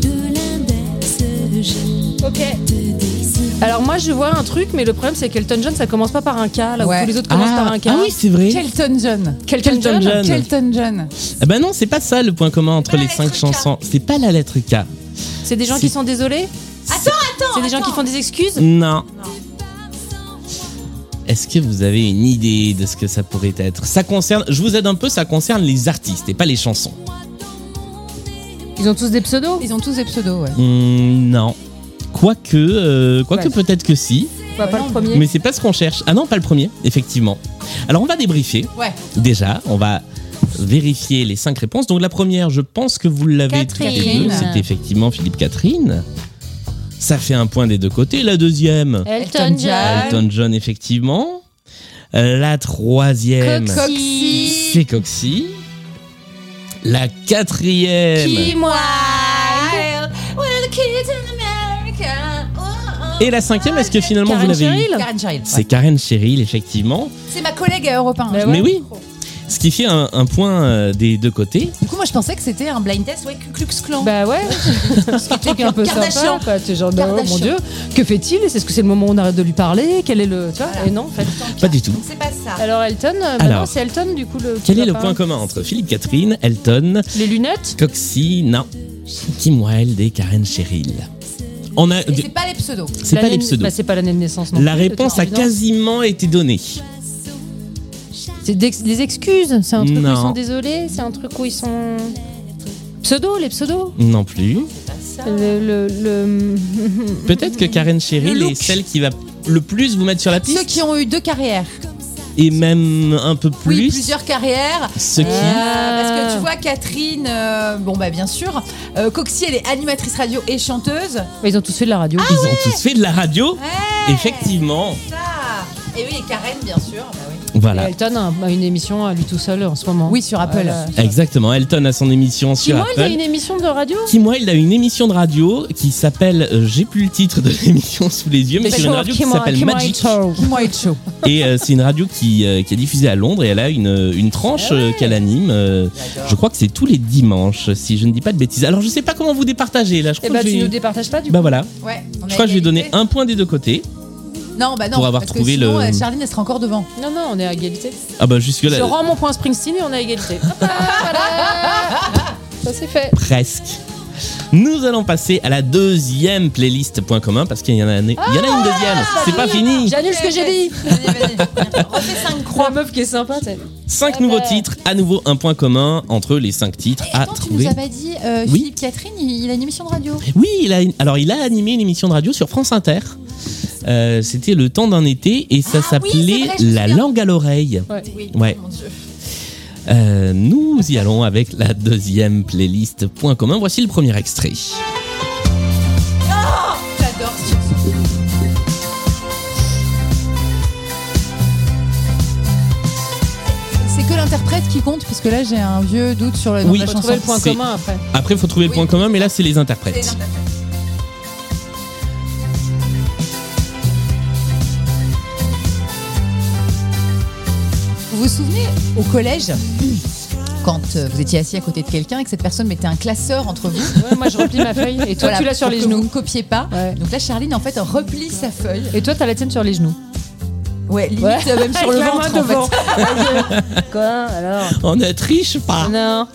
de l'index J, Ok. te désire. Alors moi je vois un truc, mais le problème c'est qu'Elton John ça commence pas par un K, là Ouais. où tous les autres commencent par un K. ah oui, c'est vrai. Kelton John. Kelton John. John. Kelton John. Ah bah non, c'est pas ça le point commun entre les cinq chansons. C'est pas la lettre K. C'est des gens C'est- qui sont désolés Attends, attends C'est des gens qui font des excuses Non. Est-ce que vous avez une idée de ce que ça pourrait être Ça concerne, je vous aide un peu, ça concerne les artistes et pas les chansons. Ils ont tous des pseudos Ils ont tous des pseudos, ouais. Hmm, non. Quoique, euh, quoique Ouais. peut-être que si, Bah, Pas, pas le premier. mais c'est pas ce qu'on cherche. Ah non, pas le premier, effectivement. Alors on va débriefer. Ouais. Déjà, on va vérifier les cinq réponses. Donc la première, je pense que vous l'avez toutes les Catherine. deux, c'est effectivement Philippe Catherine. Ça fait un point des deux côtés. La deuxième, Eh Elton ben. John. Elton John, effectivement. La troisième, Coxy. c'est Coxy. La quatrième moi et la cinquième, est-ce que finalement vous Karen l'avez eu Cheryl Oh, Karen Child. C'est Karen Cheryl, effectivement. C'est ma collègue à Europe 1. Bah Mais oui, ce qui fait un, un point euh, des deux côtés. Du coup, moi, je pensais que c'était un blind test, ouais, Ku Klux Klan. Bah ouais, c'est un truc un peu Kardashian. sympa. quoi. C'est genre, de, oh, Kardashian. mon dieu, que fait-il Est-ce que c'est le moment où on arrête de lui parler Quel est le. Tu vois Et non, en fait. Pas du tout. Donc, c'est pas ça. Alors Elton, euh, bah Alors. non, c'est Elton du coup le. Quel qui est va le pas. point commun entre Philippe Catherine, Elton, Les lunettes Coxy, non, Kim Wilde et Karen Cheryl On a, Et c'est pas les pseudos. c'est pas L'année- les pseudos. Bah, c'est pas l'année de naissance non La plus, de réponse toute a évidence. quasiment été donnée. C'est des, des excuses, c'est un truc Non. où ils sont désolés, c'est un truc où ils sont. Pseudo, les pseudos Non plus. Euh, Le. le, le- Peut-être que Karen Cheryl Le look. est celle qui va le plus vous mettre sur la piste Ceux qui ont eu deux carrières. et même un peu plus. Oui, plusieurs carrières. Ceux qui. Euh, parce que tu vois, Catherine, euh, bon bah bien sûr, euh, Coxy, elle est animatrice radio et chanteuse. Ils ont tous fait de la radio. Ils ont tous fait de la radio. Ouais, Effectivement. ça. Et oui, et Karen, bien sûr. bah oui. Voilà. Et Elton a a une émission à lui tout seul en ce moment. Oui, sur Apple. Voilà. Exactement. Elton a son émission Qui, Euh, sur moi, il a Apple. une émission de radio Kim Wilde a une émission de radio qui s'appelle, euh, j'ai plus le titre de l'émission sous les yeux, mais c'est une radio qui Kim- s'appelle Kim Magic. Wilde Show. Moi, show. Et euh, c'est une radio qui, euh, qui est diffusée à Londres et elle a une, une tranche euh, qu'elle anime. euh, je crois que c'est tous les dimanches, si je ne dis pas de bêtises. Alors je sais pas comment vous départager là. Je Eh crois que bah, tu je nous vais- départages pas du bah voilà, Ouais, on a je crois que je vais donner égalité. un point des deux côtés. Non, bah non. pour avoir parce trouvé que sinon, le- euh, Charline, elle sera encore devant. coup Non, non, on est à égalité. Ah bah jusque Je là, rends mon point à Springsteen et on est à égalité. Ça c'est fait. presque. Nous allons passer à la deuxième playlist point commun parce qu'il y en a, une- il y en Ah, a une deuxième. C'est pas fini. J'annule ce que j'ai dit. Vas-y, vas-y. Refais 5 Croix meuf qui est sympa, tu sais. Cinq nouveaux titres, à nouveau un point commun entre les cinq titres à Attends, tu trouver. nous as pas dit euh, Oui. Philippe Catherine, il il a une émission de radio. Oui, il a, alors il a animé une émission de radio sur France Inter Euh, C'était le temps d'un été Ah et ça s'appelait vrai, je me La souviens. langue à l'oreille. Ouais. Euh, nous y allons avec la deuxième playlist Point commun. Voici le premier extrait. J'adore ce chanson. C'est que l'interprète qui compte, puisque là j'ai un vieux doute sur le nom Oui. de la Faut chanson. trouver le point c'est- commun après. Après, il faut trouver le point commun, mais là, c'est les C'est interprètes. énorme. Vous vous souvenez Au collège, quand euh, vous étiez assis à côté de quelqu'un et que cette personne mettait un classeur entre vous, Ouais, moi, je replie ma feuille et toi, voilà, tu l'as sur pour les que genoux. Vous ne copiez pas. Ouais. Donc là, Charline, en fait, replie sa feuille. Et toi, t'as la tienne sur les genoux. Ouais, limite Ouais. euh, même sur le Avec la ventre. main en fait. devant. Quoi alors On Oh, ne triche pas. Non.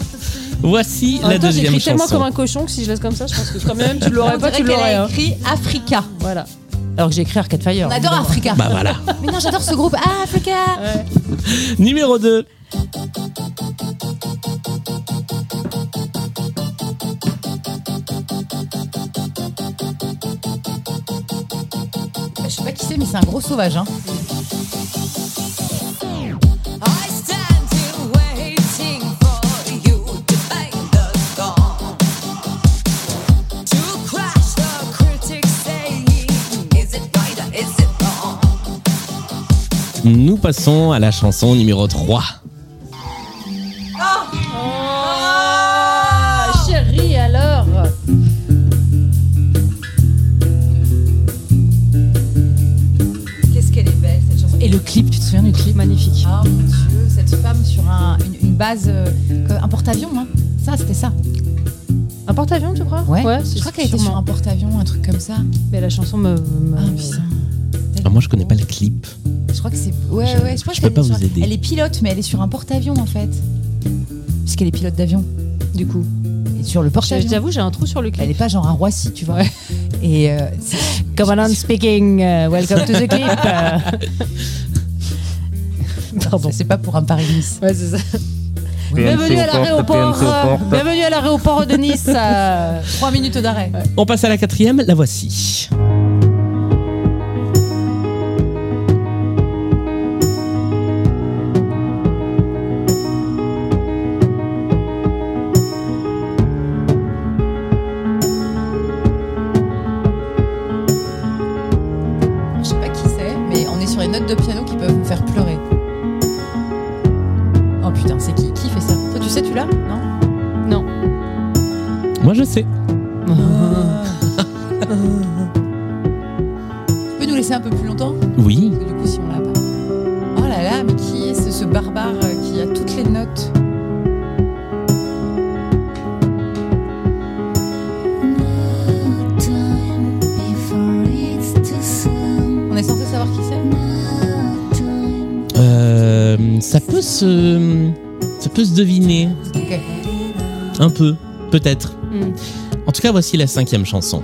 Voici En la même temps, deuxième j'écris tellement chanson. comme un cochon que si je laisse comme ça, je pense que quand même tu l'aurais On pas, dirait tu qu'elle l'aurais. a hein. écrit Africa. Voilà. Alors que j'ai écrit Arcade Fire. On adore évidemment. Africa. Bah voilà. Mais non, j'adore ce groupe. Ah, Africa Ouais. Numéro 2. Je sais pas qui c'est, mais c'est un gros sauvage. Hein. Nous passons à la chanson numéro 3. Ah, chérie, alors Qu'est-ce qu'elle est belle cette chanson. Et le clip, tu te souviens du clip Magnifique. Ah mon dieu, cette femme sur un- une, une base, euh, comme un porte-avions. Hein. Ça, c'était ça. Un porte-avions, tu crois je crois qu'elle était sur un porte-avions, un truc comme ça. Mais la chanson me. me- Ah putain. Ah, moi, je connais pas le clip. Je crois que c'est. Ouais, Je- ouais, je crois je peux qu'elle pas est sur- vous aider. Elle est pilote, mais elle est sur un porte-avions en fait. Puisqu'elle est pilote d'avion, du coup. Et sur le Je je porte-avions. t'avoue, j'ai un trou sur le Elle clip. est pas genre un Roissy, tu vois. Et euh, c'est- Come on, speaking. uh, welcome to the clip. uh. Pardon. c'est pas pour un Paris-Nice. Ouais, c'est ça. Bienvenue à l'aéroport. euh, Bienvenue à l'aéroport de Nice. euh. Trois minutes d'arrêt. On passe à la quatrième, la voici. Je sais pas qui c'est, mais on est sur les notes de piano qui peuvent me faire pleurer. Oh putain, c'est qui Qui fait ça Toi, tu sais, tu l'as Non Moi, je sais. Ah. Tu peux nous laisser un peu plus longtemps Oui. Parce que du coup, si on l'a pas. Oh là là, mais qui est ce, ce barbare euh, qui a toutes les notes On est censé savoir qui c'est Euh, ça peut se. Ça peut se deviner. Ok. Un peu. Peut-être. Hmm. En tout cas, voici la cinquième chanson.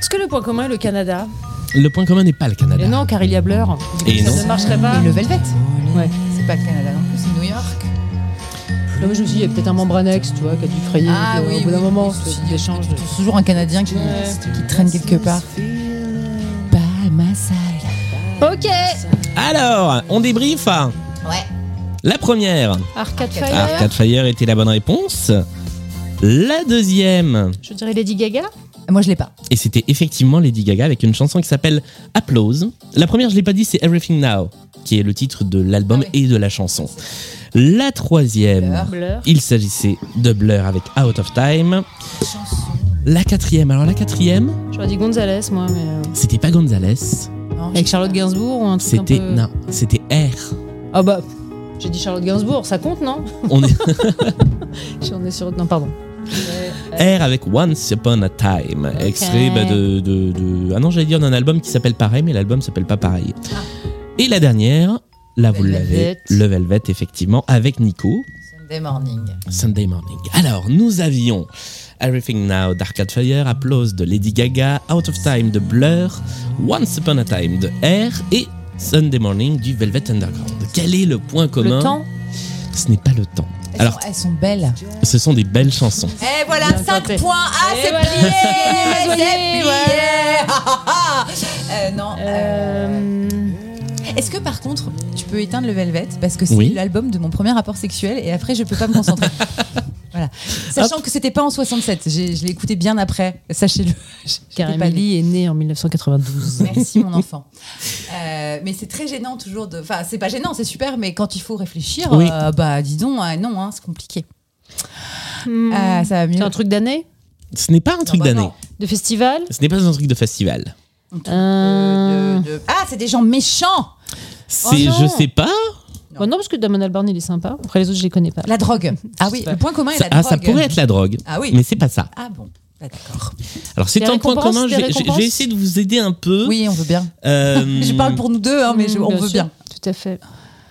Est-ce que le point commun est le Canada Le point commun n'est pas le Canada. Et Eh non, car il y a Blur. Et ça non. ne marcherait pas. Et le Velvet Ouais. C'est pas le Canada non plus, c'est New York. Là, moi, je me suis dit, il y a peut-être un membre annexe, tu vois, qui a dû frayer. Ah euh, oui, au bout d'un oui, moment, oui, ce oui, petit échange. de- C'est toujours un Canadien qui, Ouais. qui traîne quelque part. euh, By my side. Ok Alors, on débrief. Ouais. La première, Arcade Fire. Arcade Fire était la bonne réponse. La deuxième, Je dirais Lady Gaga. Moi, je l'ai pas. et c'était effectivement Lady Gaga avec une chanson qui s'appelle Applause. La première, je l'ai pas dit, c'est Everything Now, qui est le titre de l'album Ah et de la chanson. La troisième, Blur. il s'agissait de Blur avec Out of Time. La quatrième, alors la quatrième, J'aurais dit Gonzalez, moi, mais. euh, c'était pas Gonzalez, Non, Avec Charlotte Gainsbourg ou un truc un c'était peu- non, c'était R. Ah bah. J'ai dit Charlotte Gainsbourg, ça compte, non On est On est sur. Non, pardon. R avec Once Upon a Time, Ok. extrait bah, de, de- de- Ah non, j'allais dire d'un album qui s'appelle pareil, mais l'album s'appelle pas pareil. Et la dernière, là vous Le l'avez, Ah. Velvet. Le Velvet, effectivement, avec Nico, Sunday morning. Sunday Morning. Alors, nous avions Everything Now d'Arcade Fire, Applause de Lady Gaga, Out of Time de Blur, Once Upon a Time de R et Sunday Morning du Velvet Underground. Quel est le point commun Le temps Ce n'est pas le temps. Est-ce Elles, Alors- sont, elles sont belles. Ce sont des belles chansons. Et Eh, voilà, Bien 5 tenté. points. Ah, Et c'est voilà. plié. Gagné, C'est Mazoyer, plié. voilà. Ah, ah, ah. Euh, non. Euh, euh, Est-ce que par contre, tu peux éteindre le Velvet parce que c'est Oui. l'album de mon premier rapport sexuel et après je peux pas me concentrer. voilà. Sachant que c'était pas en 67, j'ai- je l'ai écouté bien après. Sachez-le. J'étais pas Karameli est né en 1992. Merci mon enfant. Euh, mais c'est très gênant toujours de. Enfin, c'est pas gênant, c'est super, mais quand il faut réfléchir, Oui. euh, bah dis donc, euh, non, hein, c'est compliqué. Hmm. Ah, ça va mieux. C'est un truc d'année Ce n'est pas un truc bah d'année. non. De festival Ce n'est pas un truc de festival. Euh, De- de- Ah, c'est des gens méchants. C'est, non. je sais pas. bon, Non, parce que Damon Albarn, il est sympa. Après, les autres, je les connais pas. La drogue. Ah oui, pas. le point commun est Ça, la ah, drogue. ça pourrait être la drogue, Ah oui. mais c'est pas ça. Ah bon. Bah, D'accord. Alors c'est Des un point récompenses, commun. des Je vais, je- je récompenses vais essayer de vous aider un peu. Oui, on veut bien. Euh, Je parle pour nous deux, hein, mais je- Hmm, on veut sûr. bien. Tout à fait.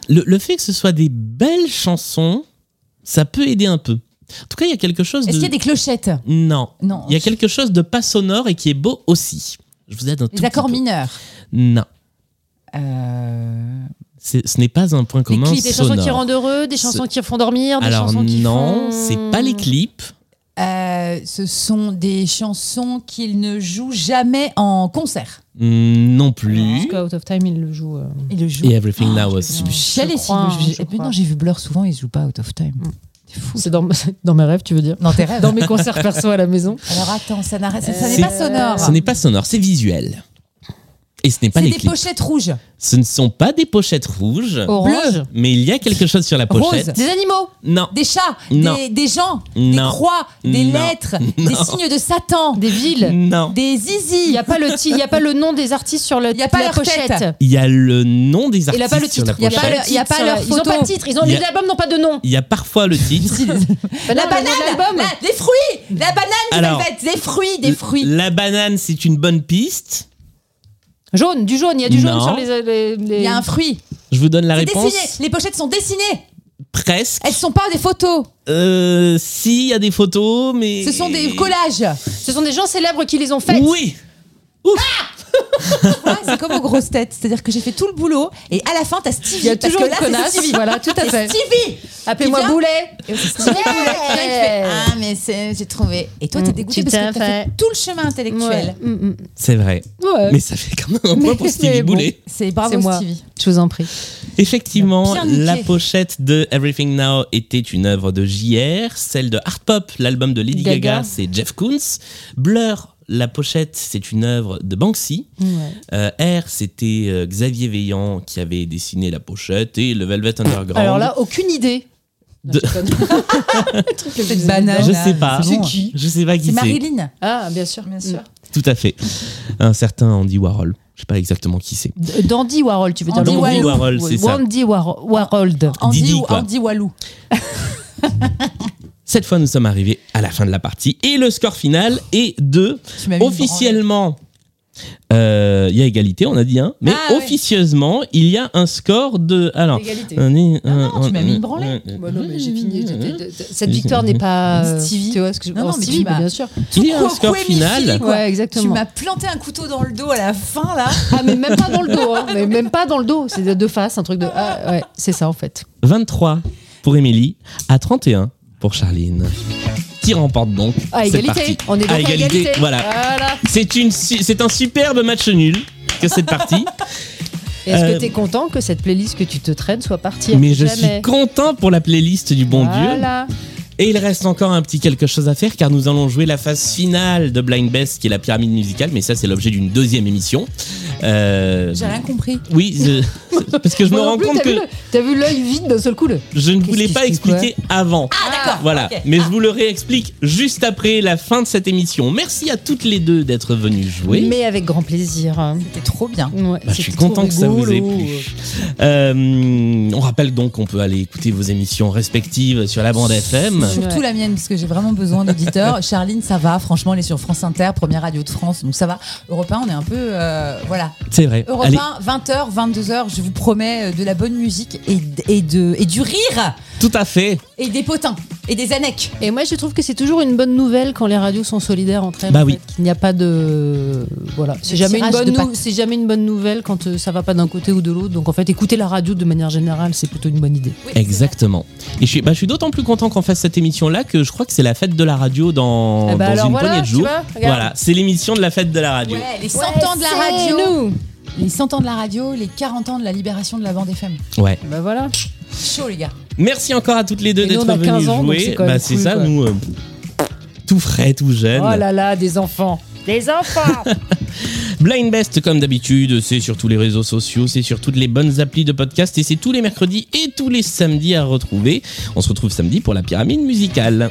le, le fait que ce soit des belles chansons, ça peut aider un peu. En tout cas, il y a quelque chose de Est-ce qu'il y a des clochettes non. Non. Il y a quelque chose de pas sonore et qui est beau aussi. Je vous aide un tout Les accords petit peu. mineurs. Non, Euh, C'est- ce n'est pas un point Des commun clips, des chansons sonore. qui rendent heureux, des chansons qui font dormir, des Alors chansons qui non, font... c'est pas les clips. euh, ce sont des chansons qu'ils ne jouent jamais en concert. Mm, Non Parce plus. que Out of Time, il le joue. euh, Ils le jouent. Et Everything Now Je aussi. me chialais s'ils crois, le jouaient. hein, je Eh ben crois. Mm. non, j'ai vu Blur souvent, ils jouent pas Out of Time. C'est fou. C'est dans, dans mes rêves, tu veux dire Dans tes rêves. Dans mes concerts perso à la maison. Alors attends, ça n'arrête- ça- ça Euh, n'est pas c'est- sonore. Ce n'est pas sonore, c'est visuel. Et ce n'est pas C'est les des clips. pochettes rouges. Ce ne sont pas des pochettes rouges, Orange. Bleu. mais il y a quelque chose sur la Rose. pochette. Des animaux. Non. Des chats, Non. des, des gens, Non. des croix, des Non. lettres, des Non. signes de Satan, Des villes. Non. des Il zizis. n'y a, pas le ti- il y a pas le nom des artistes sur le, Il y a pas la leur pochette. tête. Il y a le nom des Il artistes n'y a pas le sur titre. la Il y a pas pochette. le- il y a pas Titre leur sur la- photo. Ils ont pas de titre. Ils ont, Il y a- Les albums n'ont pas de nom. Il y a parfois le titre. La Non, mais banane, les albums. la- les fruits, la banane, du Alors, Velvet, des fruits, des fruits. La banane, c'est une bonne piste. Jaune, du jaune. Il y a du jaune Non. sur les. les- les- Il y a un fruit. Je vous donne la C'est réponse. dessiné. Les pochettes sont dessinées. Presque. Elles sont pas des photos. Euh, si, il y a des photos, mais. Ce sont des collages. Ce sont des gens célèbres qui les ont faites. Oui. Ouais, c'est comme aux grosses têtes. C'est-à-dire que j'ai fait tout le boulot et à la fin, t'as Stevie. Il y a parce toujours que une là, connasse. C'est Stevie. Voilà, tout à C'est fait. Stevie. Appelez-moi Qui vient- Boulet. Et c'est Stevie Boulet qui vient et qui fait, Ah, mais c'est- j'ai trouvé. Et toi, t'es Mm, dégoûté tout parce que à t'as fait fait. tout le chemin intellectuel. Ouais. Mm, mm. C'est vrai. Ouais. Mais ça fait quand même un point pour Euh. Mais- Stevie mais bon. Boulet. C'est C'est bravo moi. Stevie. Je vous en prie. Effectivement, Bien niqué. la pochette de Everything Now était une œuvre de JR, celle de Art Pop, l'album de Lady Gaga, Gaga. c'est Jeff Koons, Blur, la pochette, c'est une œuvre de Banksy, Ouais. Euh, R, c'était euh, Xavier Veillant qui avait dessiné la pochette, et le Velvet Underground. Alors là, aucune idée. De- C'est banal. je sais pas, C'est bon. je sais pas qui C'est c'est, Marilyn. Ah, bien sûr, Bien sûr. tout à fait, un certain Andy Warhol, je sais pas exactement qui c'est. D- Dandy Warhol, tu veux dire Andy le- Warhol, Warhol, c'est ça. Andy Warhol. Warhol. Andy, Didi, ou quoi. Andy Walou. Cette fois, nous sommes arrivés à la fin de la partie, et le score final est de... Tu m'as mis une officiellement, euh, il y a égalité, on a dit, hein, mais Ah, ouais. officieusement, il y a un score de. Ah. Alors. Égalité. Non, non, tu m'as mis une branlée. Bah non, mais j'ai fini. Cette victoire n'est pas. euh, Stevie. Tu vois ce que je Non, oh, non, mais Stevie, tu bah, m'as- bien sûr. Il y a un Quoi, score quoi, final. Mimi, quoi. Ouais, branlée. Tu exactement. m'as planté un couteau dans le dos à la fin là. Ah, mais même pas dans le dos. hein. Mais même pas dans le dos. C'est de deux faces, un truc de. Ah, ouais, c'est ça en fait. 23 pour Émilie, à 31 pour Charline. Qui remporte donc Ah, À cette égalité. partie On est donc À Ah, égalité. Voilà. Voilà. C'est une su- c'est un superbe match nul que cette partie. Et Est-ce Euh, que t'es content que cette playlist que tu te traînes soit partie à Mais je suis jamais content pour la playlist du bon Dieu. Voilà. Et il reste encore un petit quelque chose à faire car nous allons jouer la phase finale de Blind Best qui est la pyramide musicale, mais ça c'est l'objet d'une deuxième émission. Euh, J'ai rien compris. oui, je- parce que je me Moi non rends plus, compte t'as vu que le- T'as vu l'œil vide d'un seul coup le. je ne vous l'ai qui pas se passe, quoi expliqué avant. Ah d'accord. Voilà, ok. mais je vous le réexplique juste après la fin de cette émission. Merci à toutes les deux d'être venues jouer. Mais avec grand plaisir. hein. C'était trop bien. Ouais, Bah, je c'est suis trop content que ça vous ait rigolo. plu. Euh, on rappelle donc qu'on peut aller écouter vos émissions respectives sur la bande FM. Surtout Ouais. la mienne, parce que j'ai vraiment besoin d'auditeurs. Charline, ça va. Franchement, elle est sur France Inter, première radio de France, donc ça va. Europe 1, on est un peu. euh, voilà. C'est vrai. Europe Allez, 1, 20h, 22h, je vous promets euh, de la bonne musique et, d- et de, et du rire tout à fait. et des potins. et des annecs. Et moi, je trouve que c'est toujours une bonne nouvelle quand les radios sont solidaires entre elles. Bah en oui. fait, qu'il n'y a pas de. Voilà. C'est De jamais, une tirage bonne de nou- pattes. c'est jamais une bonne nouvelle quand euh, ça va pas d'un côté ou de l'autre. Donc, en fait, écouter la radio de manière générale, c'est plutôt une bonne idée. Exactement. Et je suis, bah, je suis d'autant plus content qu'on fasse cette émission-là que je crois que c'est la fête de la radio dans, Eh bah dans alors une voilà, poignée de tu jours. vois, regarde. voilà, c'est l'émission de la fête de la radio. Ouais, les 100 ans de la radio. Les 100 ans de la radio, les 40 ans de la libération de la bande FM. Ouais. Bah voilà. Chaud, les gars. Merci encore à toutes les deux Et nous, d'être on a 15 venues ans, donc jouer. c'est quand même Bah, c'est cool, ça, quoi. nous. euh, tout frais, tout jeune. Oh là là, des enfants. Des enfants Blind Best, comme d'habitude, c'est sur tous les réseaux sociaux, c'est sur toutes les bonnes applis de podcast et c'est tous les mercredis et tous les samedis à retrouver. On se retrouve samedi pour la pyramide musicale.